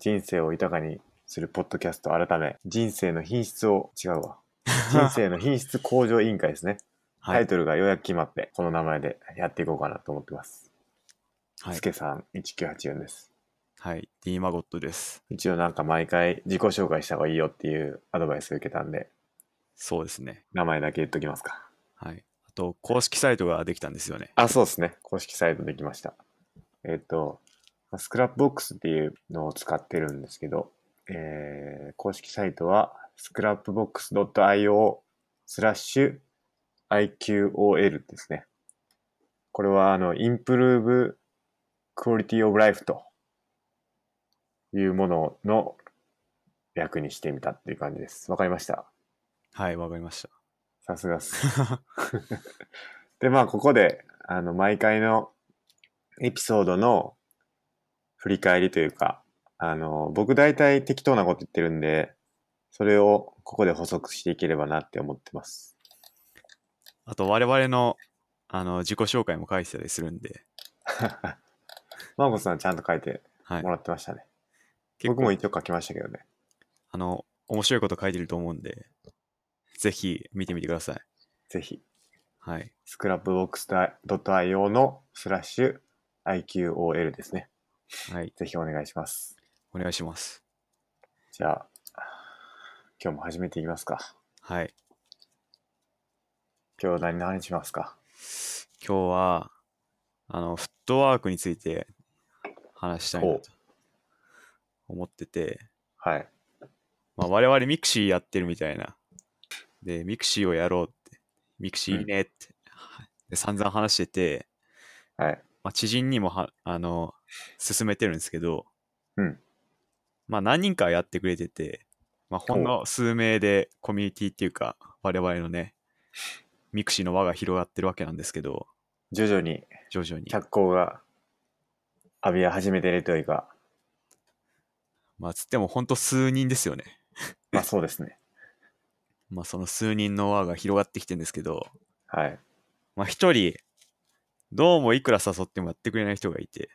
人生を豊かにするポッドキャスト改め、人生の品質を、違 うわ。人生の品質向上委員会ですね。はいタイトルがようやく決まって、この名前でやっていこうかなと思ってます。はいす。けさん、1984です。はい。D マゴットです。一応なんか毎回自己紹介した方がいいよっていうアドバイスを受けたんで、そうですね。名前だけ言っときますか。はい。あと、公式サイトができたんですよね。あ、そうですね。公式サイトできました。えっ、と、まあスクラップボックスっていうのを使ってるんですけど、えー公式サイトは scrapbox.io スラッシュ IQOL ですね。これは、あの、Improve Quality of Life というものの略にしてみたっていう感じです。わかりました。はい、わかりましさすがっす。た。で、まあ、ここで、あの、毎回のエピソードの振り返りというか、あの、僕大体適当なこと言ってるんで、それをここで補足していければなって思ってます。 あと、我々の、あの、自己紹介も書いてたりするんで、マーゴさんちゃんと書いてはいも。らってましたね。結僕も構、一応書きましたけどね。あの、面白いこと書いてると思うんで、ぜひ見てみてください。ぜひ、はい。 scrapbox.io のスラッシュ IQOL ですね。はい。ぜひお願いします。お願いします。じゃあ、今日も始めていきますか。はい。今日何の話しますか今日は、あの、フットワークについて話したいなおと思ってて、はい。まあ、我々ミクシーやってるみたいな。で、ミクシーをやろうって。ミクシーいいねって。はいで散々話してて、はい。まあ、知人にもは、あの、勧めてるんですけど、うん。まあ何人かやってくれてて、まあ、ほんの数名でコミュニティっていうか、我々のね、ミクシーの輪が広がってるわけなんですけど、徐々に徐々に。脚光が浴び始めてるというか、まあつってもほんと数人ですよね。まあそうですね。まあその数人の輪が広がってきてるんですけど、はい。まあ一人、どうもいくら誘ってもやってくれない人がいて、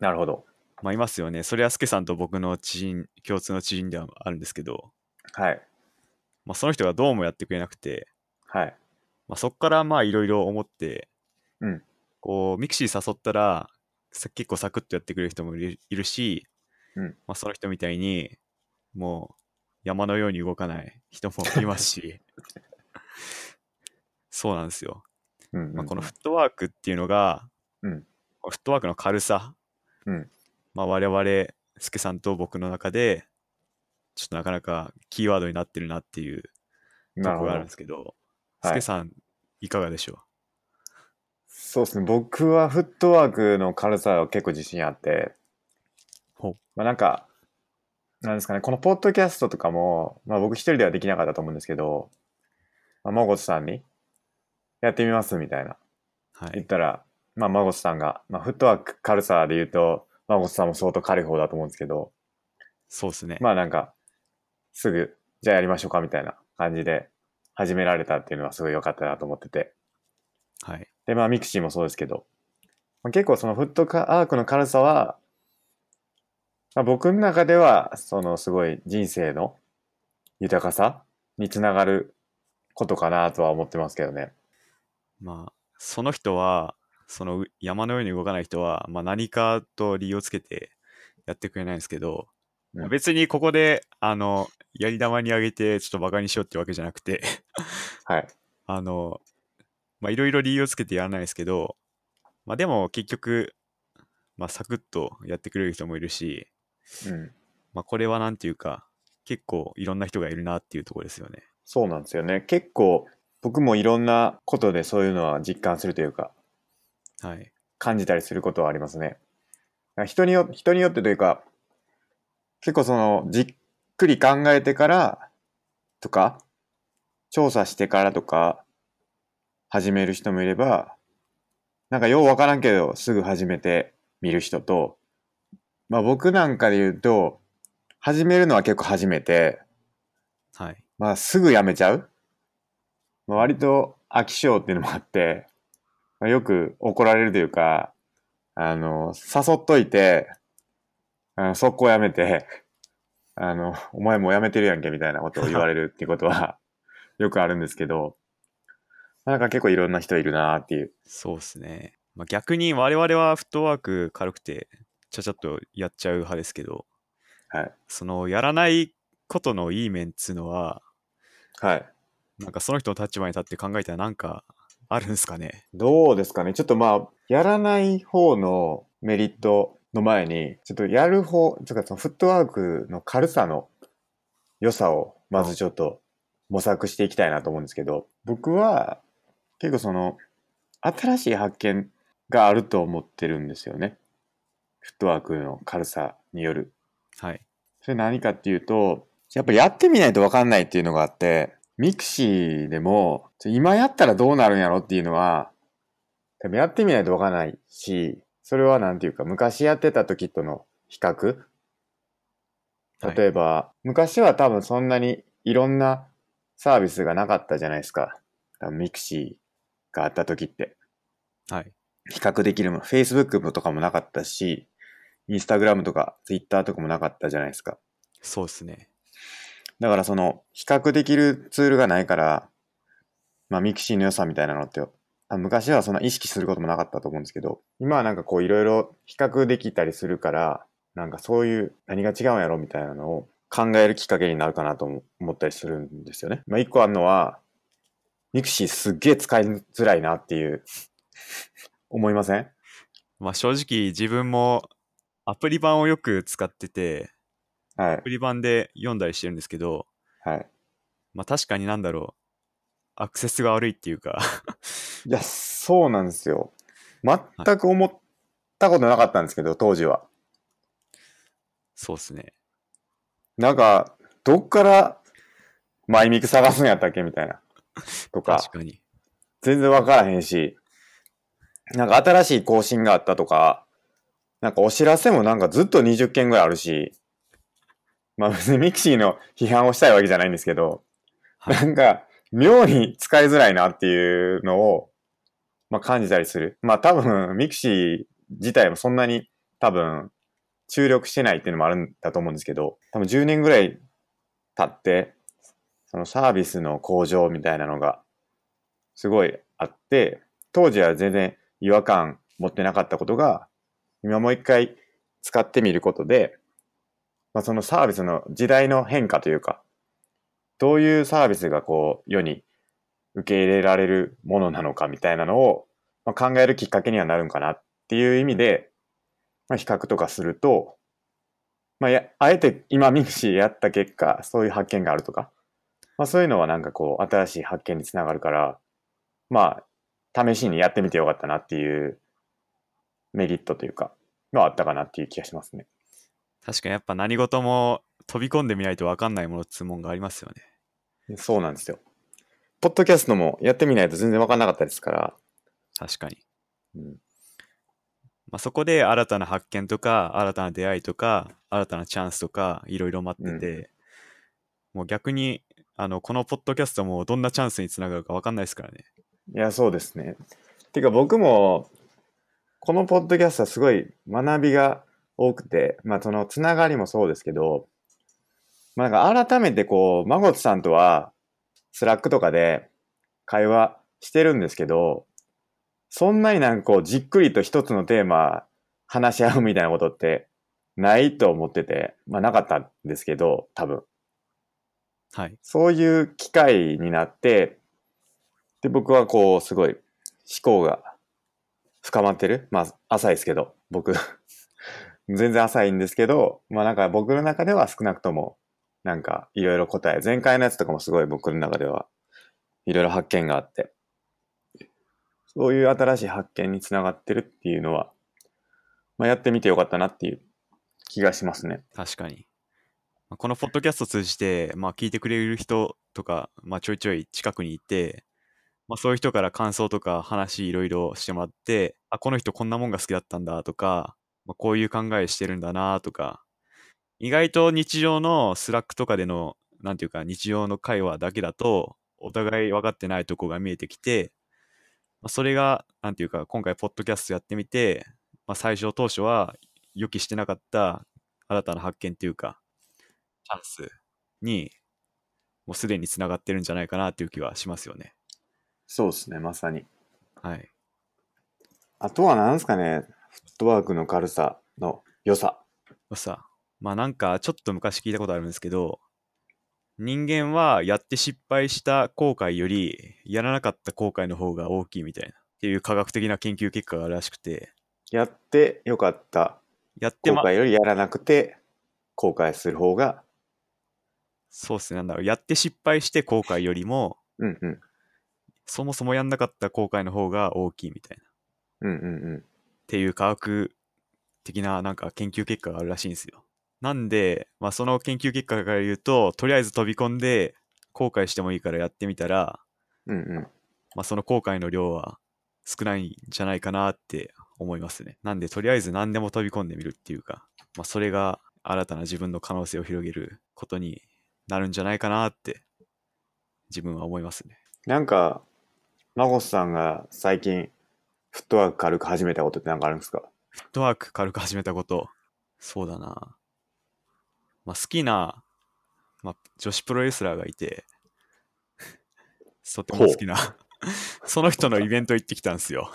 なるほど。まあいますよね。それはすけさんと僕の知人、共通の知人ではあるんですけど、はい。まあその人がどうもやってくれなくて、はい。まあそっからまあいろいろ思って、うんこう、ミクシー誘ったら、さ結構サクッとやってくれる人もいるいるし、うんまあその人みたいに、もう山のように動かない人もいます し、そうなんですよ。うんうん、まあ、このフットワークっていうのが、うんフットワークの軽さ、うんまあ、我々、スケさんと僕の中で、ちょっとなかなかキーワードになってるなっていうとなるこほがあるんどで。すけど、はいスケさん、いかがでしょそうですね。僕はフットワークの軽さは結構自信あって、ほうまあなんか、なんですかね、このポッドキャストとかも、まあ僕一人ではできなかったと思うんですけど、まあ、マゴトさんに、やってみますみたいな。うは言っい。たら、まあ、マゴスさんが、まあ、フットワーク軽さで言うと、マゴスさんも相当軽い方だと思うんですけど、そうですね。まあなんか、すぐ、じゃあやりましょうかみたいな感じで始められたっていうのはすごい良かったなと思ってて。はい。で、まあ、ミクシーもそうですけど、まあ、結構そのフットワークの軽さは、まあ、僕の中では、そのすごい人生の豊かさにつながることかなとは思ってますけどね。まあ、その人は、そのう山のように動かない人は、まあ、何かと理由をつけてやってくれないんですけど、まあうん別にここで、あの、やり玉にあげて、ちょっとバカにしようってわけじゃなくて、はい。あの、まあ、いろいろ理由をつけてやらないですけど、まあ、でも結局、まあ、サクッとやってくれる人もいるし、うん。まあ、これはなんていうか、結構いろんな人がいるなっていうところですよね。そうなんですよね。結構僕もいろんなことでそういうのは実感するというかはい。感じたりすることはありますね。人によ人によってというか結構そのじっくり考えてからとか調査してからとか始める人もいればなんかようわからんけどすぐ始めてみる人とまあ僕なんかで言うと始めるのは結構初めてはい。まあ、すぐ辞めちゃう、まあ、割と飽き性っていうのもあって、まあ、よく怒られるというか、あの、誘っといて、あの速攻やめて、あの、お前もうやめてるやんけみたいなことを言われるっていうことはよくあるんですけど、まあなんか結構いろんな人いるなーっていう。そうですね。まあ、逆に我々はフットワーク軽くて、ちゃちゃっとやっちゃう派ですけど、はい。そのやらないことのいい面っつうのは、はい。なんかその人の立場に立って考えたらなんかあるんですかね。どうですかねちょっとまあ、やらない方のメリットの前に、ちょっとやる方、というかそのフットワークの軽さの良さを、まずちょっと模索していきたいなと思うんですけど、僕は結構その、新しい発見があると思ってるんですよね。フットワークの軽さによる。はい。それ何かっていうと、やっぱやってみないと分かんないっていうのがあって、ミクシーでも、ちょ今やったらどうなるんやろっていうのは、多分やってみないと分かんないし、それはなんていうか、昔やってた時との比較はい例えば、昔は多分そんなにいろんなサービスがなかったじゃないですか。多分ミクシーがあった時って。はい。比較できるもの、Facebook とかもなかったし、Instagram とか Twitter とかもなかったじゃないですか。そうですね。だからその、比較できるツールがないから、まあ、ミクシーの良さみたいなのって、あ昔はそんな意識することもなかったと思うんですけど、今はなんかこういろいろ比較できたりするから、なんかそういう何が違うんやろみたいなのを考えるきっかけになるかなとも思ったりするんですよね。まあ一個あるのは、ミクシーすっげえ使いづらいなっていう、思いませんまあ正直自分もアプリ版をよく使ってて、はいアプ。リ版で読んだりしてるんですけど、はい。まあ確かになんだろう。アクセスが悪いっていうか、 いや、そうなんですよ。全く思ったことなかったんですけど、当時は。そうですね。なんか、どっから、マイミク探すんやったっけみたいな。と確か、かに。全然わからへんし、なんか新しい更新があったとか、なんかお知らせもなんかずっと20件ぐらいあるし、まあ別にミクシーの批判をしたいわけじゃないんですけど、はいなんか、妙に使いづらいなっていうのを、まあ感じたりする。まあ多分、ミクシー自体もそんなに多分、注力してないっていうのもあるんだと思うんですけど、多分10年ぐらい経って、そのサービスの向上みたいなのが、すごいあって、当時は全然違和感持ってなかったことが、今もう一回使ってみることで、まあそのサービスの時代の変化というか、どういうサービスがこう世に受け入れられるものなのかみたいなのを、まあ、考えるきっかけにはなるんかなっていう意味で、まあ、比較とかすると、まあ、やあえて今ミクシーやった結果そういう発見があるとか、まあ、そういうのはなんかこう新しい発見につながるからまあ試しにやってみてよかったなっていうメリットというかのはあったかなっていう気がしますね。確かにやっぱ何事も飛び込んでみないと分かんないものっつうもんがありますよね。そうなんですよ。ポッドキャストもやってみないと全然わかんなかったですから、確かに。うん、まあ、そこで新たな発見とか、新たな出会いとか、新たなチャンスとか、いろいろ待ってて、もう逆に、あの、このポッドキャストもどんなチャンスにつながるか分かんないですからね。いや、そうですね。てか僕も、このポッドキャストはすごい学びが多くて、まあそのつながりもそうですけど、まあなんか改めてこう、まごつさんとは、スラックとかで会話してるんですけど、そんなになんかこう、じっくりと一つのテーマ話し合うみたいなことってないと思ってて、まあなかったんですけど、多分。はい。そういう機会になって、で、僕はこう、すごい思考が深まってる。まあ、浅いですけど、僕。 全然浅いんですけど、まあなんか僕の中では少なくとも、なんかいろいろ答え、前回のやつとかもすごい僕の中ではいろいろ発見があって、そういう新しい発見につながってるっていうのは、まあやってみてよかったなっていう気がしますね。確かに。まあこのポッドキャストを通じて、まあ、聞いてくれる人とか、まあ、ちょいちょい近くにいて、まあ、そういう人から感想とか話いろいろしてもらって、あ、この人こんなもんが好きだったんだとか、まあ、こういう考えしてるんだなとか、意外と日常のスラックとかでの、なんていうか、日常の会話だけだと、お互い分かってないとこが見えてきて、まあ、それが、なんていうか、今回、ポッドキャストやってみて、まあ、最初当初は予期してなかった新たな発見っていうか、チャンスに、もうすでにつながってるんじゃないかなっていう気はしますよね。そうですね、まさに。はい。あとは何ですかね、フットワークの軽さの良さ。さ、まあなんかちょっと昔聞いたことあるんですけど、人間はやって失敗した後悔より、やらなかった後悔の方が大きいみたいな、っていう科学的な研究結果があるらしくて、やってよかった。やって後ま、悔よりやらなくて、後悔する方が、そうですね、なんだろう、やって失敗して後悔よりも、うんうん、そもそもやんなかった後悔の方が大きいみたいな、っうんうんうん。ていう科学的ななんか研究結果があるらしいんですよ。なんで、まあその研究結果から言うと、とりあえず飛び込んで、後悔してもいいからやってみたら、うんうん。まあ、その後悔の量は少ないんじゃないかなって思いますね。なんで、とりあえず何でも飛び込んでみるっていうか、まあ、それが新たな自分の可能性を広げることになるんじゃないかなって自分は思いますね。なんか、マゴスさんが最近、フットワーク軽く始めたことって何かあるんですかフットワーク軽く始めたこと、そうだな。まあ、好きな、まあ、女子プロレスラーがいて、とても好きな、 その人のイベント行ってきたんですよ。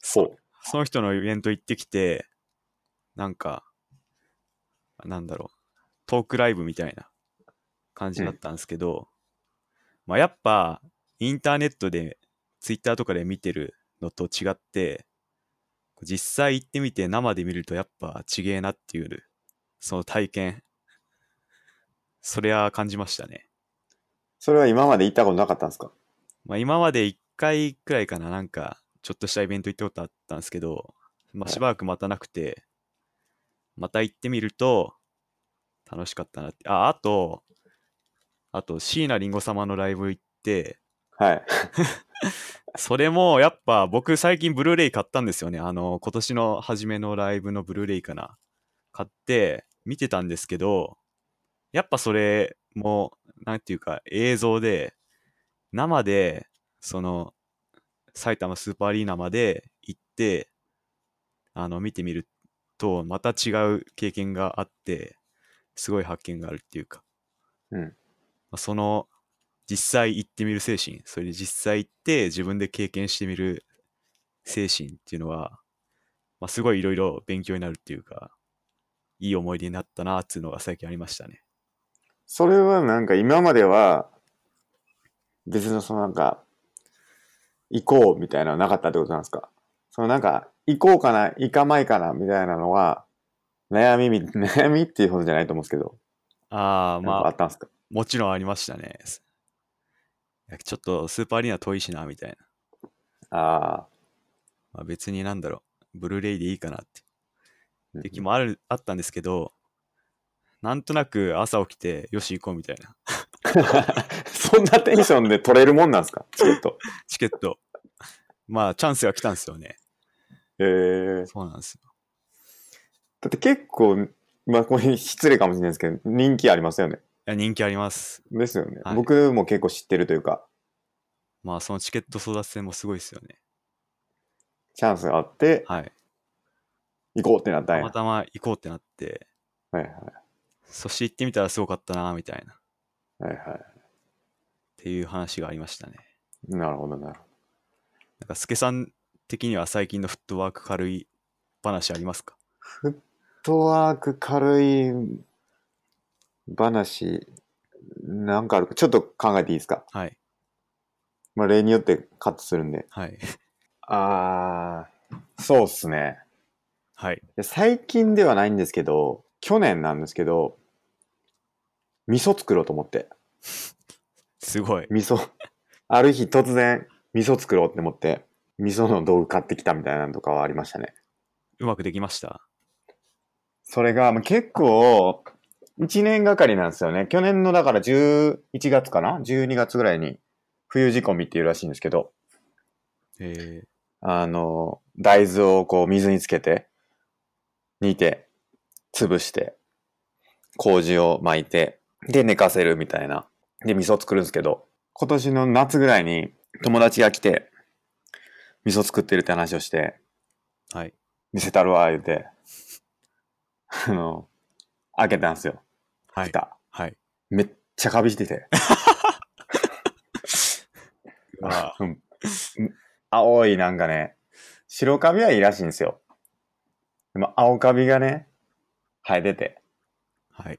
そう。その人のイベント行ってきて、なんか、なんだろう、トークライブみたいな感じだったんですけど、まあやっぱ、インターネットで、ツイッターとかで見てるのと違って、実際行ってみて生で見るとやっぱちげえなっていう、その体験、それは感じましたね。それは今まで行ったことなかったんですかまあ、今まで1回くらいかな、なんか、ちょっとしたイベント行ったことあったんですけど、まあ、はいしばらく待たなくて、また行ってみると、楽しかったなって。あ、あと、あと、椎名林檎様のライブ行って、はい。それもやっぱ僕最近ブルーレイ買ったんですよね。あの、今年の初めのライブのブルーレイかな。買って見てたんですけど、やっぱそれも、なんていうか映像で、生で、その、埼玉スーパーアリーナまで行って、あの、見てみると、また違う経験があって、すごい発見があるっていうか。うん。まあその実際行ってみる精神それで実際行って自分で経験してみる精神っていうのは、まあ、すごいいろいろ勉強になるっていうかいい思い出になったなっていうのが最近ありましたねそれはなんか今までは、別のそのなんか、行こうみたいなのはなかったってことなんですかそのなんか、行こうかな、行かまいかなみたいなのは、悩みみ、 悩みっていうほどじゃないと思うんですけど、あなあんまかああったんですかもちろんありましたねいやちょっとスーパーアリーナ遠いしなみたいな、ああ。まあ、別になんだろうブルーレイでいいかなってうん時もあるあったんですけどなんとなく朝起きてよし行こうみたいな そんなテンションで取れるもんなん ですかチケット。チケットまあチャンスが来たんですよねえー、そうなんですよ。だって結構、まあこれ失礼かもしれないですけど、人気ありますよね。いや人気あります。ですよね。はい僕も結構知ってるというか、まあ、そのチケット争奪戦もすごいですよね。チャンスがあって、はい。行こうってなったんたや。またま行こうってなって、はいはい。そして行ってみたらすごかったな、みたいな、っはいはていう話がありましたね。い。なるほどなるほど。なんか、スケさん的には最近のフットワーク軽い話ありますかフットワーク軽い話、なんかあるか、ちょっと考えていいですかはい。まあ例によってカットするんで。はい。 あー、そうっすね。はい。で最近ではないんですけど去年なんですけど味噌作ろうと思ってすごい。味噌ある日突然味噌作ろうって思って味噌の道具買ってきたみたいなのとかはありましたねうまくできました。それがまあ結構1年がかりなんですよね去年のだから11月かな12月ぐらいに冬仕込みっていうらしいんですけどえあの大豆をこう水につけて煮て潰して麹を巻いてで寝かせるみたいなで味噌作るんですけど今年の夏ぐらいに友達が来て味噌作ってるって話をしてー、はい。見せたるわ言うてあの、開けたんですよ。は来い。た。はい。めっちゃカビしてて。あうん青いなんかね、白カビはいいらしいんですよ。でも青カビがね、生えてて、はい。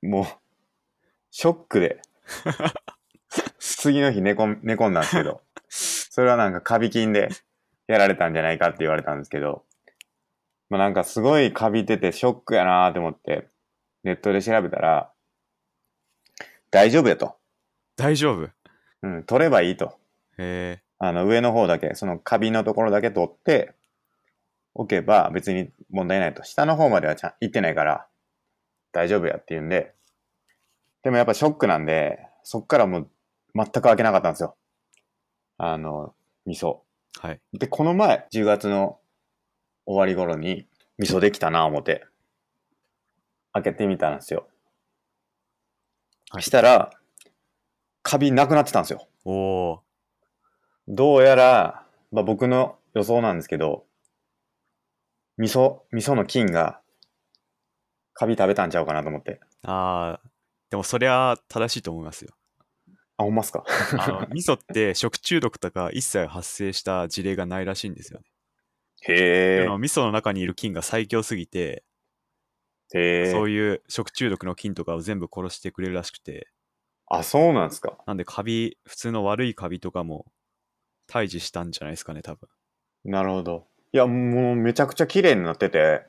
もう、ショックで、次の日寝込ん寝込んだんですけど、それはなんかカビ菌でやられたんじゃないかって言われたんですけど、まあなんかすごいカビててショックやなーと思って、ネットで調べたら、大丈夫やと。大丈夫。うん、取ればいいと。えあの、上の方だけ、そのカビのところだけ取って、おけば別に問題ないと。下の方まではちゃん、行ってないから、大丈夫やって言うんで。でもやっぱショックなんで、そっからもう全く開けなかったんですよ。あの、味噌。ー、はい。で、この前、10月の終わり頃に、味噌できたな、思って、開けてみたんですよ。はいしたら、カビなくなってたんですよ。おおどうやら、まあ、僕の予想なんですけど、味噌、味噌の菌が、カビ食べたんちゃうかなと思って。ー。ああ、でもそりゃ正しいと思いますよ。あ、ほんまっすかあの、味噌って食中毒とか一切発生した事例がないらしいんですよね。へあの味噌の中にいる菌が最強すぎて、え。へえ。そういう食中毒の菌とかを全部殺してくれるらしくて、あ、そうなんですか。なんでカビ、普通の悪いカビとかも退治したんじゃないですかね、多分。なるほど。いや、もうめちゃくちゃ綺麗になってて、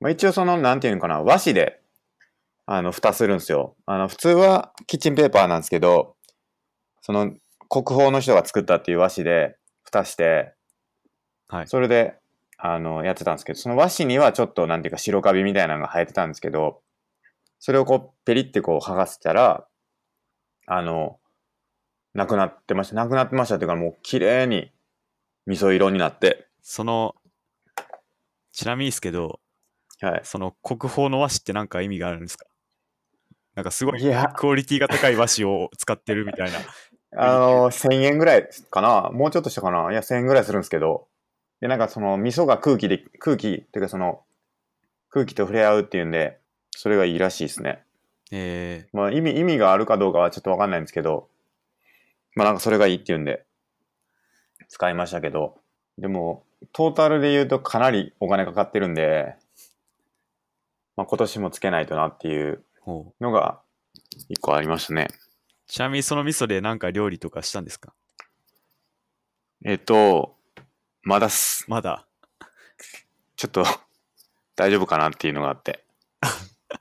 まあ、一応その、なんていうのかな、和紙で、あの、蓋するんですよ。あの、普通はキッチンペーパーなんですけど、その、国宝の人が作ったっていう和紙で、蓋して、はい。それで、あの、やってたんですけど、その和紙にはちょっと、なんていうか、白カビみたいなのが生えてたんですけど、それをこう、ペリってこう、剥がせたら、あの、なくなってました。なくなってましたっていうか、もう、綺麗に、味噌色になって、その、ちなみにですけど、はい。その国宝の和紙って何か意味があるんですかなんかすごいいや、クオリティが高い和紙を使ってる みたいな。あの、1000円ぐらいかなもうちょっとしたかないや、1000円ぐらいするんですけど、で、なんかその、味噌が空気で、空気、っていうかその、空気と触れ合うっていうんで、それがいいらしいですね。えまあ、意味、意味があるかどうかはちょっとわかんないんですけど、まあなんかそれがいいっていうんで、使いましたけど、でも、トータルで言うとかなりお金かかってるんで、まあ今年もつけないとなっていうー、ほうのが、一個ありましたね。ちなみにその味噌で何か料理とかしたんですかえっと、まだっす。まだ。ちょっと、 大丈夫かなっていうのがあって。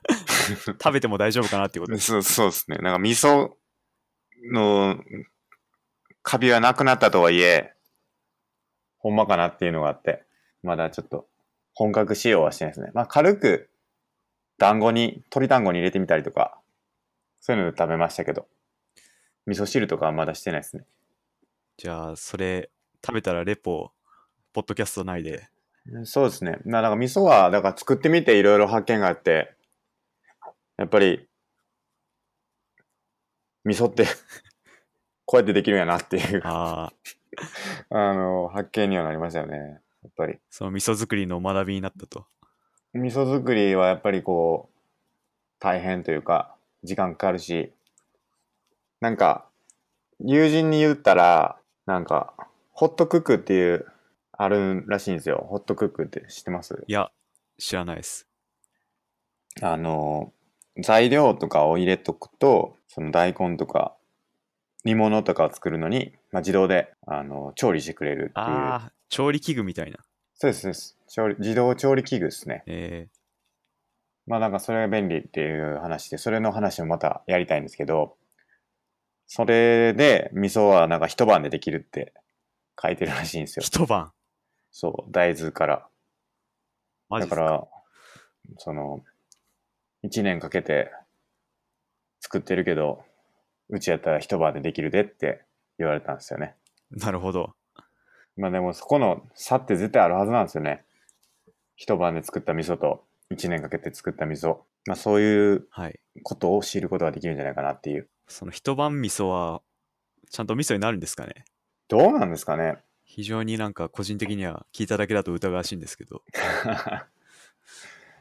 食べても大丈夫かなっていうことです。そうそうですね。なんか味噌の、カビはなくなったとはいえ、ほんまかなっていうのがあって、まだちょっと本格使用はしてないですね。まあ軽く団子に、鶏団子に入れてみたりとか、そういうので食べましたけど、味噌汁とかはまだしてないですね。じゃあ、それ、食べたらレポ、ポッドキャスト内で。そうですね。ななんか味噌は、だから作ってみていろいろ発見があって、やっぱり、味噌って、 こうやってできるんやなっていう、あああ、の、発見にはなりましたよね。やっぱり。その味噌作りの学びになったと。味噌作りはやっぱりこう、大変というか、時間かかるし、なんか、友人に言ったら、なんか、ホットクックっていう、あるらしいんですよ。ホットクックって知ってますいや、知らないです。あの、材料とかを入れとくと、その大根とか、煮物とかを作るのに、まあ、自動で、あの、調理してくれるっていう。ああ、調理器具みたいな。そうです、そうです。調理、自動調理器具ですね。えまあなんかそれが便利っていう話で、それの話をまたやりたいんですけど、それで味噌はなんか一晩でできるって書いてるらしいんですー、よ。一晩。そう、大豆から。マジだっすか、からその、一年かけて作ってるけど、うちやったら一晩でできるでって言われたんですよね。なるほど。まあでもそこの差って絶対あるはずなんですよね。一晩で作った味噌と一年かけて作った味噌。まあそういうはい。ことを知ることができるんじゃないかなっていう。その一晩味噌は、ちゃんと味噌になるんですかねどうなんですかね非常になんか個人的には聞いただけだと疑わしいんですけど。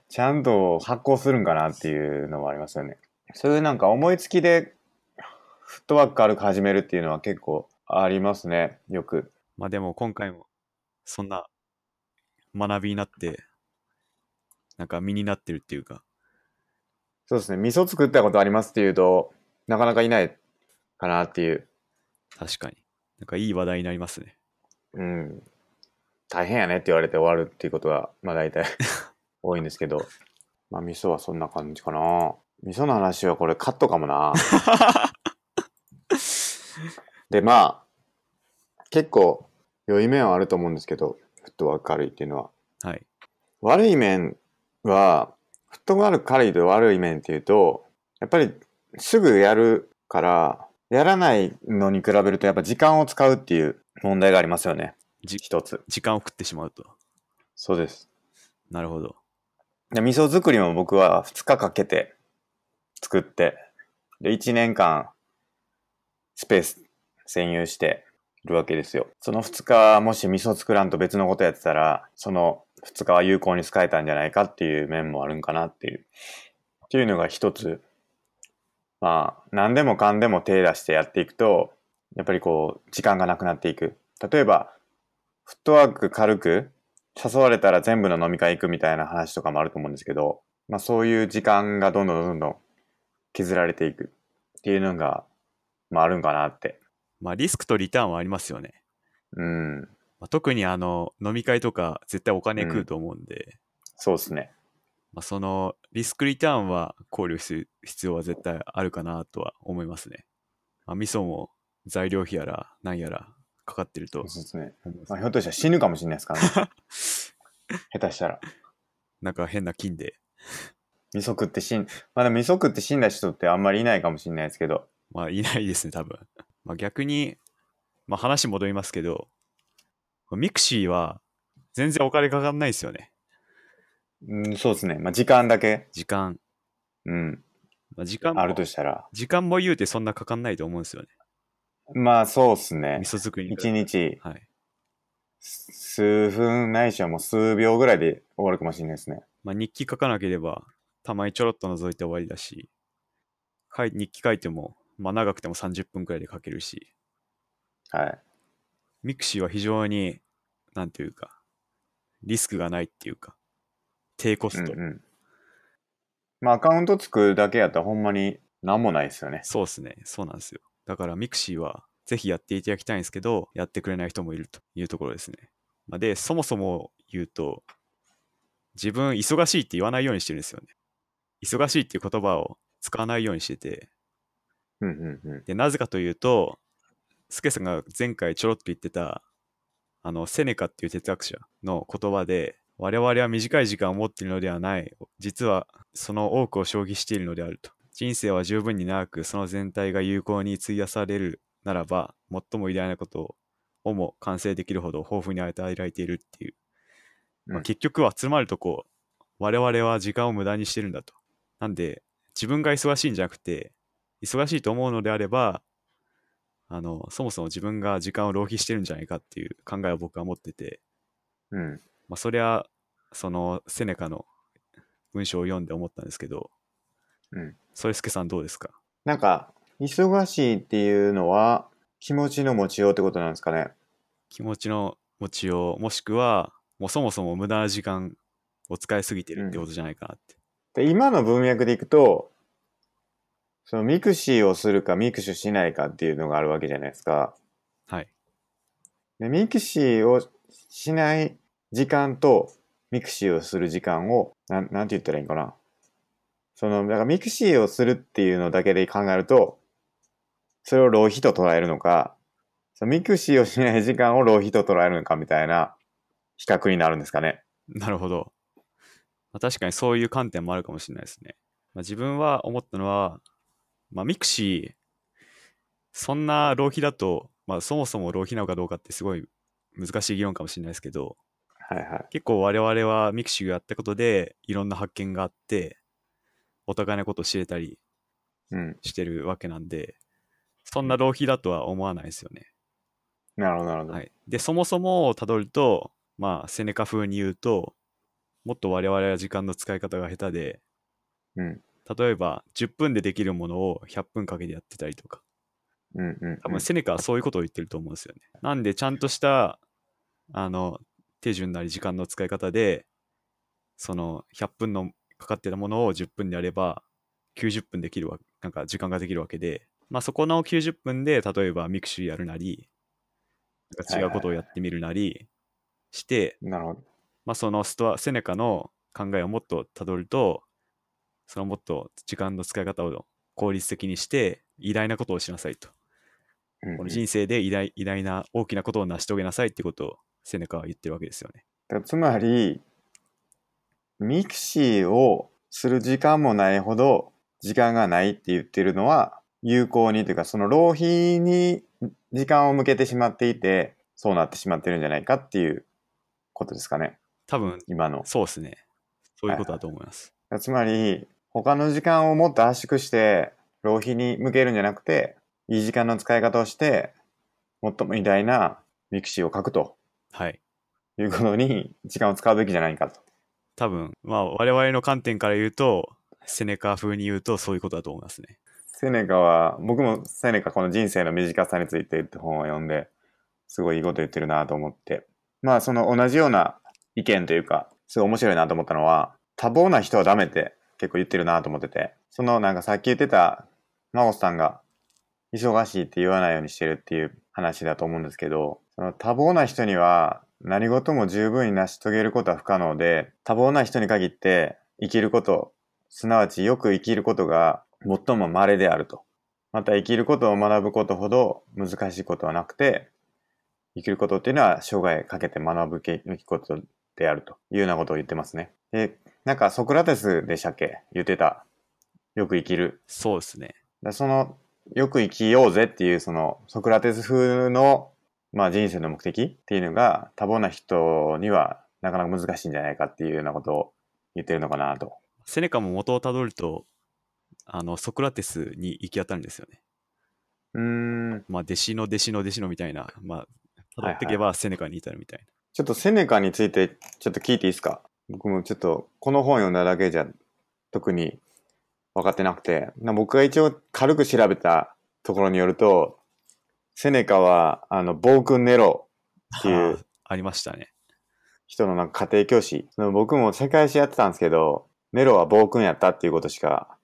ちゃんと発行するんかなっていうのもありますよね。そういうなんか思いつきでフットワーク軽く始めるっていうのは結構ありますね、よく。まあでも今回もそんな学びになって、なんか身になってるっていうか、そうですね、味噌作ったことありますっていうと、なかなかいないかなっていう。確かに。なんかいい話題になりますね。うん。大変やねって言われて終わるっていうことは、まあ大体 多いんですけど。まあ味噌はそんな感じかな。味噌の話はこれカットかもな。で、まあ、結構良い面はあると思うんですけど、フットワーク軽いっていうのは。はい。悪い面は、フットワーク軽いと悪い面っていうと、やっぱりすぐやるから、やらないのに比べるとやっぱ時間を使うっていう問題がありますよね。じ一つ。時間を食ってしまうと。そうです。なるほど。で味噌作りも僕は2日かけて作って、で、1年間スペース占有してるわけですよ。その2日、もし味噌作らんと別のことやってたら、その2日は有効に使えたんじゃないかっていう面もあるんかなっていう。っていうのが一つ。まあ、何でもかんでも手出してやっていくと、やっぱりこう、時間がなくなっていく。例えば、フットワーク軽く誘われたら全部の飲み会行くみたいな話とかもあると思うんですけど、まあそういう時間がどんどんどんどん削られていくっていうのが、まああるんかなって。まあリスクとリターンはありますよね。うん。まあ、特にあの飲み会とか絶対お金食うと思うんで、そうですね。まあ、そのリスクリターンは考慮する必要は絶対あるかなとは思いますね。まあ、味噌も材料費やら何やらかかってるとそうですね。思いますまあ、ひょっとしたら死ぬかもしれないですからね。下手したら。なんか変な菌で、味噌食って死ん、まあでも味噌食って死んだ人ってあんまりいないかもしれないですけど。まあ、いないですね、多分。まあ、逆に、まあ、話戻りますけど、ミクシーは全然お金かかんないですよね。うん、そうですね。まあ時間だけ、時間。うん、まあ、時間もあるとしたら。時間も言うてそんなかかんないと思うんですよね。まあそうですね味。噌作りに比べ一日はい。数分ないしはもう数秒ぐらいで終わるかもしれないですね。まあ、日記書かなければ、たまにちょろっと覗いて終わりだし、書い日記書いても、まあ、長くても30分くらいで書けるし、はい。ミクシーは非常に、なんていうか、リスクがないっていうか、低コスト。うんうん、まあアカウント作るだけやったらほんまに何もないですよね。そうですね、そうなんですよ。だからミクシーは、ぜひやっていただきたいんですけど、やってくれない人もいるというところですね。まあ、で、そもそも言うと、自分、忙しいって言わないようにしてるんですよね。忙しいっていう言葉を使わないようにしてて、うんうんうん。で、なぜかというと、スケさんが前回ちょろっと言ってた、あの、セネカっていう哲学者の言葉で、我々は短い時間を持っているのではない。実はその多くを消費しているのであると。人生は十分に長く、その全体が有効に費やされるならば、最も偉大なことをも完成できるほど豊富に与えられているっていう。まあうん結局は、つまるとこう、我々は時間を無駄にしてるんだと。なんで、自分が忙しいんじゃなくて、忙しいと思うのであれば、あの、そもそも自分が時間を浪費してるんじゃないかっていう考えを僕は持ってて、うん。まあ、そりゃ、その、セネカの文章を読んで思ったんですけど、うん。それすけさんどうですかなんか、忙しいっていうのは気持ちの持ちようってことなんですかね。気持ちの持ちよう、もしくは、もうそもそも無駄な時間を使いすぎてるってことじゃないかなって。で、今の文脈でいくと、そのミクシーをするかミクシーしないかっていうのがあるわけじゃないですか。はい。で、ミクシーをしない時間と、ミクシーをする時間を、なん、なんて言ったらいいんかな。その、だからミクシーをするっていうのだけで考えると、それを浪費と捉えるのか、そのミクシーをしない時間を浪費と捉えるのかみたいな比較になるんですかね。 なるほど。まあ、確かにそういう観点もあるかもしれないですね。まあ、自分は思ったのは、まあ、ミクシー、そんな浪費だと、まあ、そもそも浪費なのかどうかってすごい難しい議論かもしれないですけど、はいはい。結構我々はミクシーをやったことでいろんな発見があって、お互いのことを知れたりうん。してるわけなんで、そんな浪費だとは思わないですよね。なるほどなるほど。はい、でそもそもをたどると、まあ、セネカ風に言うともっと我々は時間の使い方が下手で、うん。例えば10分でできるものを100分かけてやってたりとか、うんうんうん。多分セネカはそういうことを言ってると思うんですよね。なんでちゃんとしたあの手順なり時間の使い方でその100分のかかってたものを10分でやれば90分できるわなんか時間ができるわけで、まあ、そこの90分で例えばミクシーやるなりなんか違うことをやってみるなりして、なるほど。まあ、そのストアセネカの考えをもっとたどるとそのもっと時間の使い方を効率的にして偉大なことをしなさいとうんうんこの人生で偉大偉大な大きなことを成し遂げなさいってことをセネカは言ってるわけですよね。だからつまり、ミクシーをする時間もないほど時間がないって言ってるのは有効にというかその浪費に時間を向けてしまっていてそうなってしまってるんじゃないかっていうことですかね多分今の。だかそうですね。そういうことだと思います。らつまり他の時間をもっと圧縮して浪費に向けるんじゃなくていい時間の使い方をして最も偉大なミクシーを書くとはい、いうことに時間を使うべきじゃないかと。多分まあ我々の観点から言うとセネカ風に言うとそういうことだと思いますね。セネカは、僕もセネカこの人生の短さについてって本を読んで、すごいいいこと言ってるなと思って。まあその同じような意見というか、すごい面白いなと思ったのは、多忙な人はダメって結構言ってるなと思ってて、そのなんかさっき言ってた、マゴスさんが忙しいって言わないようにしてるっていう話だと思うんですけど、その多忙な人には何事も十分に成し遂げることは不可能で、多忙な人に限って生きること、すなわちよく生きることが最も稀であると。また生きることを学ぶことほど難しいことはなくて、生きることっていうのは生涯かけて学ぶべきことであるというようなことを言ってますね。で、なんかソクラテスでしたっけ言ってた。よく生きるそうですね。だそのよく生きようぜっていうそのソクラテス風の、まあ、人生の目的っていうのが多忙な人にはなかなか難しいんじゃないかっていうようなことを言ってるのかなと。セネカも元をたどるとあのソクラテスに行き当たるんですよね。うーんまあ、弟子の弟子の弟子のみたいな、まあ、辿っていはいけばセネカに至るみたいな。ちょっとセネカについてちょっと聞いていいですか僕もちょっとこの本読んだだけじゃ特に分かってなくてな僕が一応軽く調べたところによるとセネカはあの暴君ネロっていうあありましたね。人のなんか家庭教師。その僕も世界史やってたんですけど、ネロは暴君やったっていうことしか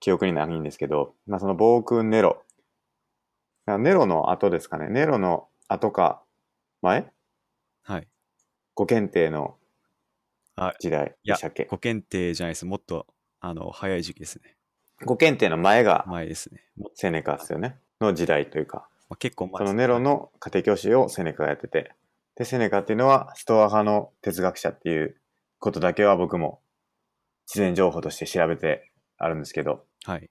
記憶にないんですけど、まあその暴君ネロ。あネロの後ですかね。ネロの後か前はい。ご検定のあ時代でしたっけご検定じゃないです。もっとあの早い時期ですね。ご検定の前が前ですね。もセネカですよね。の時代というか。まあ、結構そ前ですのネロの家庭教師をセネカがやってて。で、セネカっていうのはストア派の哲学者っていうことだけは僕も事前情報として調べてあるんですけど、はい。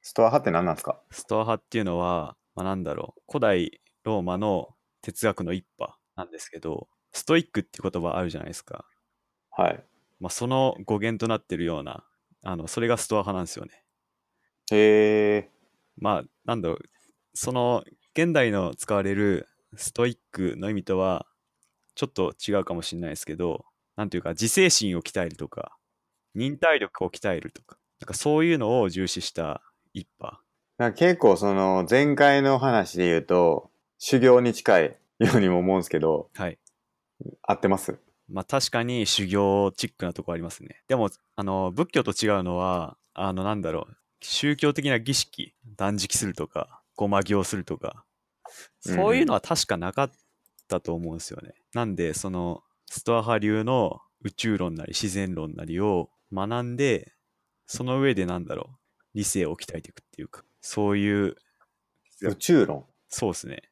ストア派って何なんですかストア派っていうのは、まあ、なんだろう。古代ローマの哲学の一派なんですけど、ストイックって言葉あるじゃないですか。はい。まあ、その語源となってるような、あのそれがストア派なんですよね。へえ。まあ、なんだろう、その、現代の使われるストイックの意味とは、ちょっと違うかもしれないですけど、なんというか、自制心を鍛えるとか、忍耐力を鍛えるとか、なんかそういうのを重視した一派。なんか結構その前回の話で言うと、修行に近いようにも思うんですけど、はい。合ってますまあ確かに修行チックなとこありますね。でも、あの、仏教と違うのは、あの、なんだろう、宗教的な儀式、断食するとか、ごま行するとか、そういうのは確かなかったと思うんですよね。なんで、その、ストア派流の宇宙論なり自然論なりを学んで、その上でなんだろう、理性を鍛えていくっていうか、そういう、宇宙論。そうですね。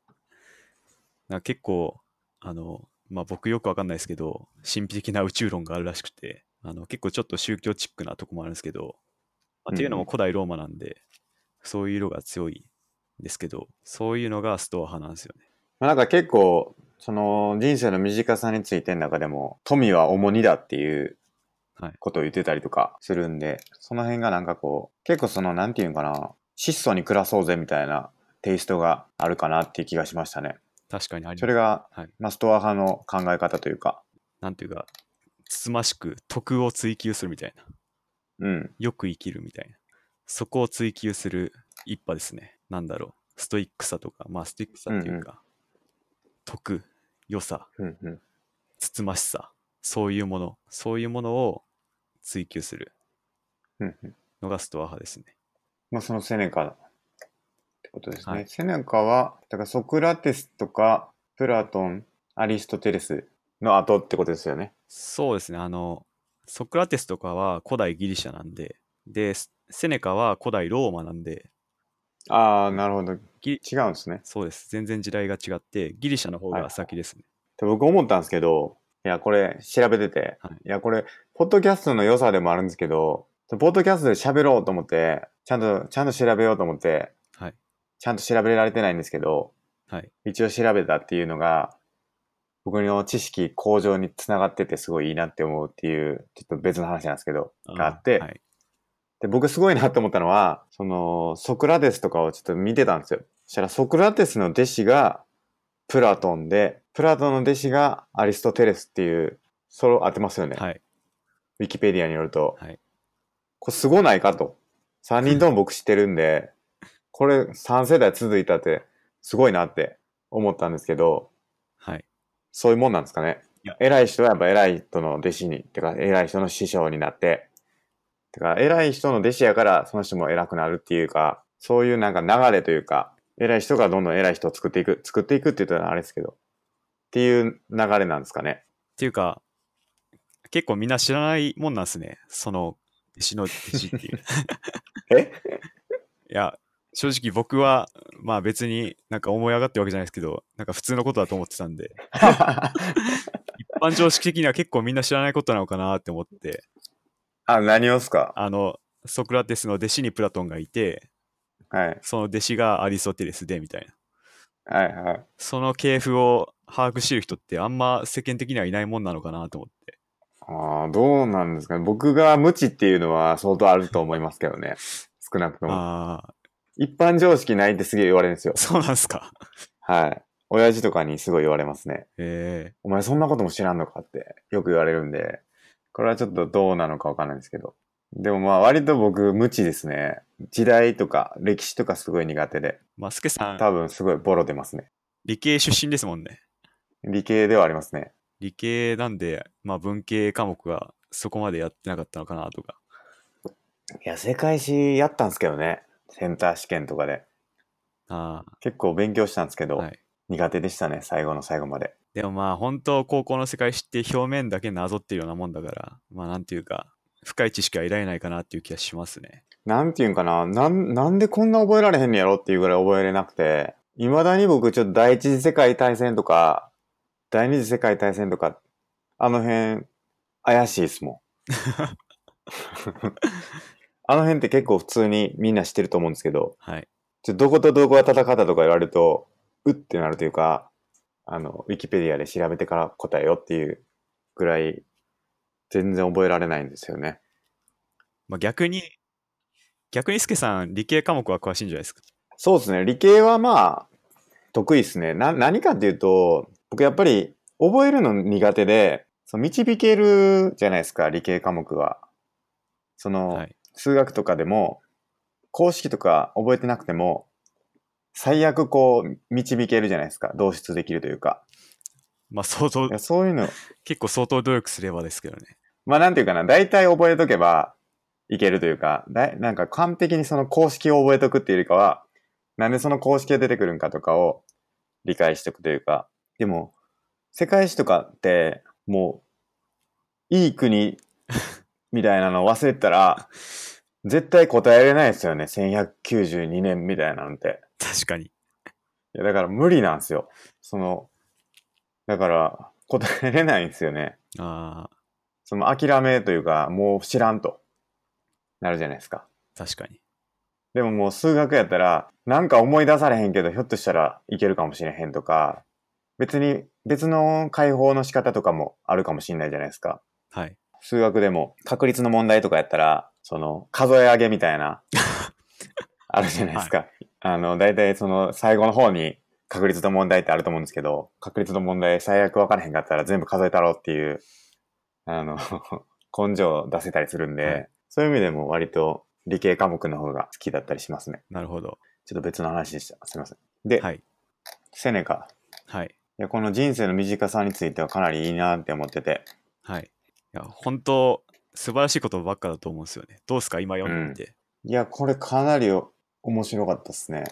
なんか結構、あの、まあ、僕よくわかんないですけど、神秘的な宇宙論があるらしくて、あの結構ちょっと宗教チックなとこもあるんですけど、まあっていうのうもん古代ローマなんで、そういう色が強いんですけど、そういうのがストア派なんですよね。まあなんか結構、その人生の短さについての中でも、富は重荷だっていうはいことを言ってたりとかするんで、その辺がなんかこう、結構その、なんていうんかな、質素に暮らそうぜみたいなテイストがあるかなっていう気がしましたね。確かにありそまれが、はいまあストア派の考え方というか、なんていうか、つつましく徳を追求するみたいな。うん。よく生きるみたいな。そこを追求する一派ですね。なんだろう。ストイックさとか、まあストイックさっていうか、徳、良さ、うん。うん。つつましさ、そういうもの、そういうものを追求するうんうん。のがストア派ですね。まあ、そのセネカってことですね。はいセネカは、だからソクラテスとか、プラトン、アリストテレスの後ってことですよね。そうですね。あの、ソクラテスとかは古代ギリシャなんで、で、セセネカは古代ローマなんで、ああ、なるほど。ギリ違うんですね。そうです。全然時代が違って、ギリシャの方が先ですね。で僕思ったんですけど、いや、これ調べてて、はいいや、これ、ポッドキャストの良さでもあるんですけど、ポッドキャストで喋ろうと思って、ちゃんと、ちゃんと調べようと思って、はい。ちゃんと調べられてないんですけど、はい。一応調べたっていうのが、僕の知識向上につながっててすごいいいなって思うっていう、ちょっと別の話なんですけど、があって、はい。で、僕すごいなと思ったのは、その、ソクラテスとかをちょっと見てたんですよ。そしたらソクラテスの弟子がプラトンで、プラトンの弟子がアリストテレスっていう、それを当てますよね。はい。ウィキペディアによると。はいこれすごないかと。3人とも僕知ってるんで、これ3世代続いたって、すごいなって思ったんですけど、はい。そういうもんなんですかねいや。偉い人はやっぱ偉い人の弟子に、てか偉い人の師匠になって、てか偉い人の弟子やからその人も偉くなるっていうか、そういうなんか流れというか、偉い人がどんどん偉い人を作っていく、作っていくって言ったらあれですけど、っていう流れなんですかね。っていうか、結構みんな知らないもんなんですね。その、弟子の弟子っ ていう。えいや、正直僕は、まあ別になんか思い上がってるわけじゃないですけど、なんか普通のことだと思ってたんで、一般常識的には結構みんな知らないことなのかなって思って、あ、何をっすかあの、ソクラテスの弟子にプラトンがいて、はい。その弟子がアリストテレスでみたいな。はいはい。その系譜を把握してる人ってあんま世間的にはいないもんなのかなと思って。ああ、どうなんですかね。僕が無知っていうのは相当あると思いますけどね。少なくとも。ああ、一般常識ないってすげえ言われるんですよ。そうなんすか。はい。親父とかにすごい言われますね。えお前そんなことも知らんのかってよく言われるんで、これはちょっとどうなのかわかんないんですけど。でもまあ割と僕無知ですね。時代とか歴史とかすごい苦手で、ー、まあ、スケさん、多分すごいボロ出ますね。理系出身ですもんね。理系ではありますね。理系なんで、まあ文系科目はそこまでやってなかったのかなとか。いや、世界史やったんですけどね。センター試験とかで。あ結構勉強したんですけあ、ど、はい。苦手でしたね。最後の最後まで。でもまあ本当高校の世界史って表面だけなぞってるようなもんだから、まあなんていうか、深い知識は得られないかなっていう気がしますね。なんていうんかな、なん、なんでこんな覚えられへんのやろっていうぐらい覚えれなくて、未だに僕ちょっと第一次世界大戦とか、第二次世界大戦とか、あの辺、怪しいですもん。あの辺って結構普通にみんな知ってると思うんですけど、はい。ちょどことどこが戦ったとか言われると、うってなるというか、あの、ウィキペディアで調べてから答えよっていうぐらい、全然覚えられないんですよね。まあ、逆に、逆にスケさん、理系科目は詳しいんじゃないですか。そうですね。理系はまあ、得意ですね。な、何かっていうと、僕やっぱり覚えるの苦手で、その導けるじゃないですか、理系科目は。その、はい。数学とかでも、公式とか覚えてなくても、最悪こう、導けるじゃないですか。導出できるというか。まあ、相当いや、そういうの、結構相当努力すればですけどね。 まあなんていうかな、大体覚えとけばいけるというか、だいなんか完璧にその公式を覚えとくっていうよりかは、なんでその公式が出てくるんかとかを理解しとくというか、でも、世界史とかって、もう、いい国みたいなのを忘れてたら、絶対答えれないですよね。1192年みたいなのって。確かに。いや、だから無理なんですよ。その、だから答えれないんですよね。ああ、その諦めというか、もう知らんとなるじゃないですか。確かに。でももう数学やったら、なんか思い出されへんけど、ひょっとしたらいけるかもしれへんとか、別に別の解放の仕方とかもあるかもしれないじゃないですか。はい。数学でも確率の問題とかやったら、その数え上げみたい な、あるじゃないですか。あの、大体その最後の方に確率の問題ってあると思うんですけど、確率の問題最悪分からへんかったら全部数えたろうっていうあの、 根性を出せたりするんで、はいそういう意味でも割と理系科目の方が好きだったりしますね。なるほど。ちょっと別の話でした。すみません。で、はい。セネカ。はい。いや、この人生の短さについてはかなりいいなって思ってて、はい。いや、本当素晴らしいことばっかだと思うんですよね。どうですか今読んでみて。いや、これかなりお面白かったっすね。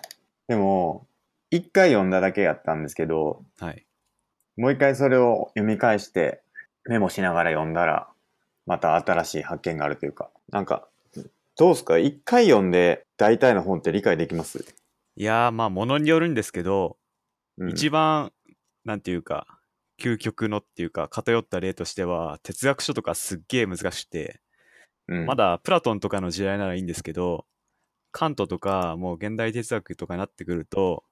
でも、一回読んだだけやったんですけど、はい。もう一回それを読み返してメモしながら読んだら、また新しい発見があるというか、なんか、どうですか一回読んで大体の本って理解できます、いやー、まあ、ものによるんですけど、うん一番、なんていうか、究極のっていうか、偏った例としては、哲学書とかすっげえ難しくて、うんまだプラトンとかの時代ならいいんですけど、カントとか、もう現代哲学とかになってくると、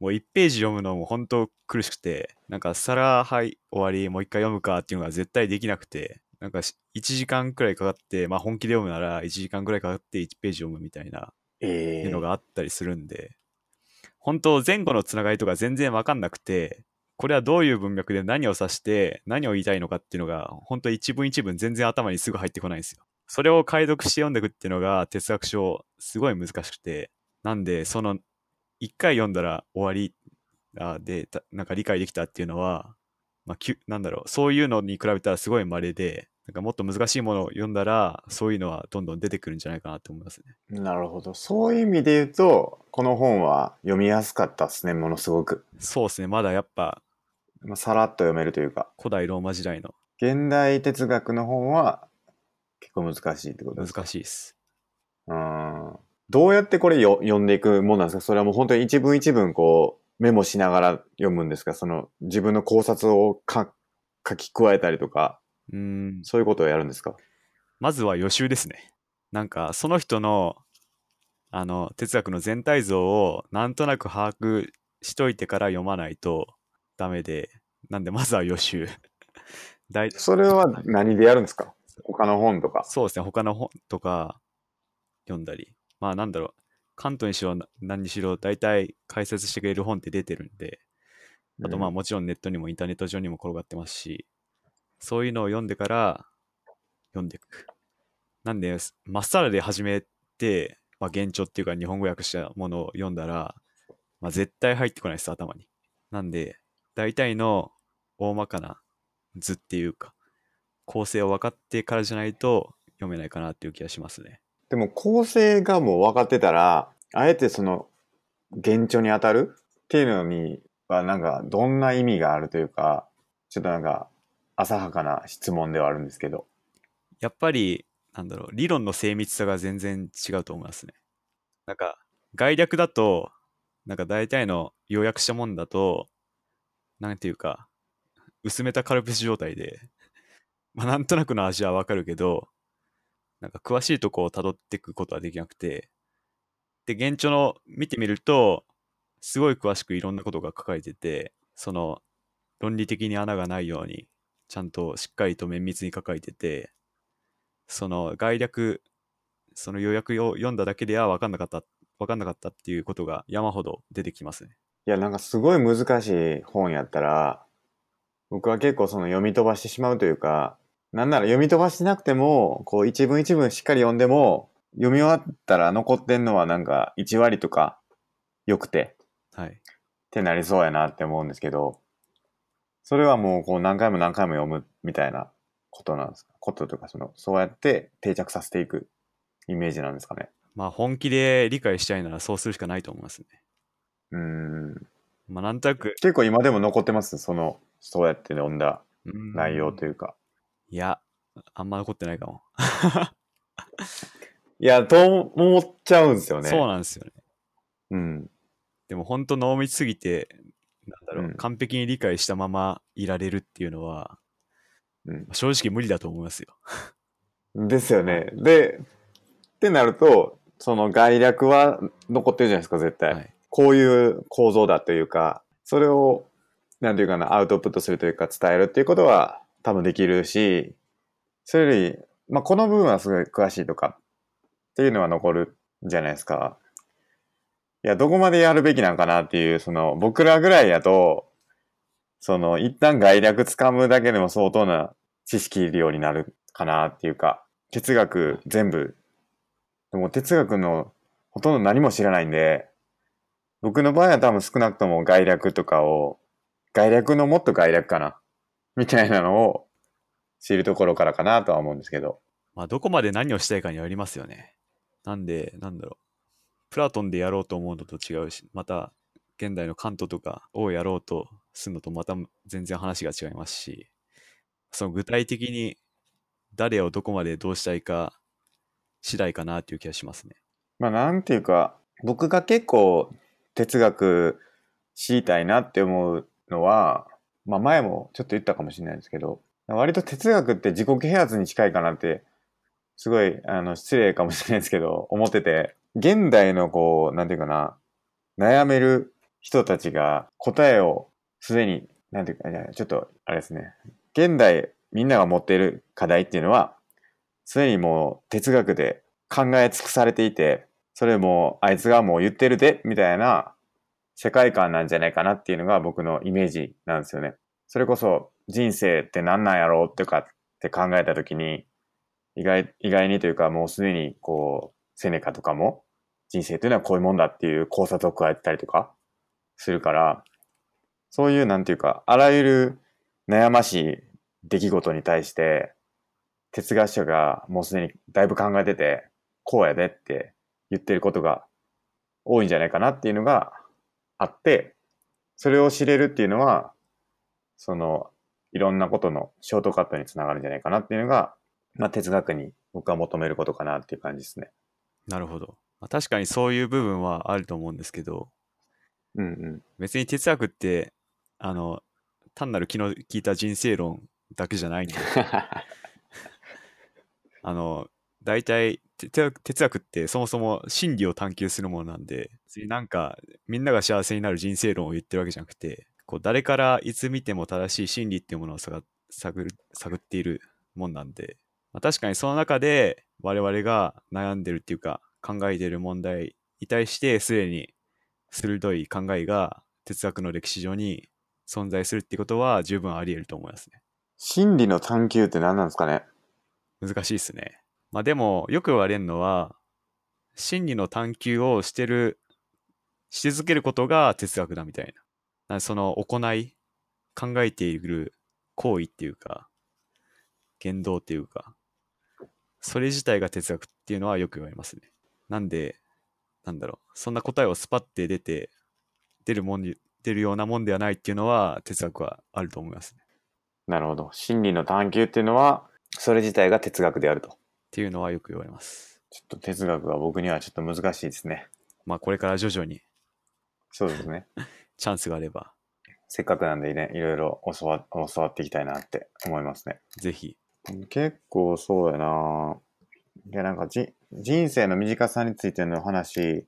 もう1ページ読むのも本当苦しくて、なんか皿、はい、終わり、もう一回読むかっていうのが絶対できなくて、なんかし1時間くらいかかって、まあ本気で読むなら1時間くらいかかって1ページ読むみたいなええのがあったりするんで、本当前後のつながりとか全然わかんなくて、これはどういう文脈で何を指して何を言いたいのかっていうのが、本当一文一文全然頭にすぐ入ってこないんですよ。それを解読して読んでいくっていうのが哲学書すごい難しくて、なんでその一回読んだら終わりあでたなんか理解できたっていうのは、まあ、きゅなんだろうそういうのに比べたらすごい稀でなんかもっと難しいものを読んだらそういうのはどんどん出てくるんじゃないかなと思いますね。なるほど。そういう意味で言うと、この本は読みやすかったですね、ものすごく。そうですねまだやっぱまあ、さらっと読めるというか。古代ローマ時代の現代哲学の本は結構難しいってことですか難しいです。うんどうやってこれよ読んでいくもんなんですかそれはもう本当に一文一文こうメモしながら読むんですかその自分の考察をか書き加えたりとか、うんそういうことをやるんですかまずは予習ですね。なんかその人のあの哲学の全体像をなんとなく把握しといてから読まないとダメでなんでまずは予習。 だいそれは何でやるんですか他の本とか。そうですね、他の本とか読んだり、まあなんだろう、関東にしろな何にしろ大体解説してくれる本って出てるんで、あとまあうんもちろんネットにもインターネット上にも転がってますし、そういうのを読んでから読んでいく。なんで、すまっさらで始めて、まあ、原著っていうか日本語訳したものを読んだら、まあ、絶対入ってこないです、頭に。なんで、大体の大まかな図っていうか、構成を分かってからじゃないと読めないかなっていう気がしますね。でも構成がもう分かってたら、あえてその現状に当たるっていうのにはなんかどんな意味があるというか、ちょっとなんか浅はかな質問ではあるんですけど。やっぱり、なんだろう、理論の精密さが全然違うと思いますね。なんか、概略だと、なんか大体の要約したもんだと、なんていうか、薄めたカルピス状態で、 まあ、なんとなくの味はわかるけど、なんか詳しいとこを辿っていくことはできなくて、で、現状の見てみると、すごい詳しくいろんなことが書かれてて、その、論理的に穴がないように、ちゃんとしっかりと綿密に書かれてて、その概略、その要約を読んだだけでは分かんなかった、分かんなかったっていうことが山ほど出てきますね。いや、なんかすごい難しい本やったら、僕は結構その読み飛ばしてしまうというか、なんなら読み飛ばしてなくても、こう一文一文しっかり読んでも、読み終わったら残ってんのはなんか1割とか良くて、はい。ってなりそうやなって思うんですけど、それはもうこう何回も何回も読むみたいなことなんですかことというかその、そうやって定着させていくイメージなんですかね。まあ本気で理解したいならそうするしかないと思いますね。うーん。まあなんとなく、結構今でも残ってますその、そうやって読んだうん内容というか。いや、あんま残ってないかも。いや、と思っちゃうんですよね。そうなんですよね。うん。でも本当濃密すぎて、なんだろう、うん完璧に理解したままいられるっていうのは、うんまあ正直無理だと思いますよ。ですよね。で、ってなると、その概略は残ってるじゃないですか、絶対。はい。こういう構造だというか、それを、なんていうかな、アウトプットするというか、伝えるっていうことは多分できるし、それより、まあ、この部分はすごい詳しいとか、っていうのは残るんじゃないですか。いや、どこまでやるべきなんかなっていう、その、僕らぐらいやと、その、一旦概略掴むだけでも相当な知識いるようになるかなっていうか、哲学全部、でも哲学のほとんど何も知らないんで、僕の場合は多分少なくとも概略とかを、概略のもっと概略かな、みたいなのを知るところからかなとは思うんですけど。まあ、どこまで何をしたいかによりますよね。なんで、なんだろう。プラトンでやろうと思うのと違うし、また、現代のカントとかをやろうとするのとまた全然話が違いますし、その具体的に誰をどこまでどうしたいか次第かなという気がしますね。まあなんていうか、僕が結構哲学知りたいなって思うのは、まあ前もちょっと言ったかもしれないんですけど、割と哲学って自己啓発に近いかなって、すごい、あの、失礼かもしれないですけど、思ってて、現代のこう、なんていうかな、悩める人たちが答えをすでに、なんていうか、いやちょっと、あれですね、現代みんなが持っている課題っていうのは、すでにもう哲学で考え尽くされていて、それもあいつがもう言ってるで、みたいな世界観なんじゃないかなっていうのが僕のイメージなんですよね。それこそ人生って何なんやろうとかって考えたときに、意外、意外にというかもうすでにこう、セネカとかも人生というのはこういうもんだっていう考察を加えてたりとかするから、そういうなんていうか、あらゆる悩ましい出来事に対して、哲学者がもうすでにだいぶ考えてて、こうやでって言ってることが多いんじゃないかなっていうのがあって、それを知れるっていうのは、その、いろんなことのショートカットにつながるんじゃないかなっていうのが、まあ、哲学に僕は求めることかなっていう感じですね。なるほど。まあ、確かにそういう部分はあると思うんですけど、うん うん。別に哲学って、あの、単なる気の利いた人生論だけじゃないんで、あの、大体、て哲学哲学ってそもそも真理を探求するものなんで、別になんか、みんなが幸せになる人生論を言ってるわけじゃなくて、こう誰からいつ見ても正しい真理っていうものを探探る探っているもんなんで、まあ、確かにその中で我々が悩んでるっていうか、考えている問題に対して、すでに鋭い考えが哲学の歴史上に存在するっていうことは十分あり得ると思いますね。真理の探求って何なんですかね難しいですね。まあでもよく言われるのは真理の探求をしてるし続けることが哲学だみたいな。なんかその行い考えている行為っていうか言動っていうかそれ自体が哲学っていうのはよく言われますね。なんでなんだろうそんな答えをスパッて出て出るもんに出るようなもんではないっていうのは哲学はあると思いますね。なるほど。真理の探求っていうのは、それ自体が哲学であると。っていうのはよく言われます。ちょっと哲学は僕にはちょっと難しいですね。まあこれから徐々にそうですね。チャンスがあればせっかくなんでね、いろいろ教わ教わっていきたいなって思いますね。ぜひ結構そうやな。いや、なんかじ、人生の短さについての話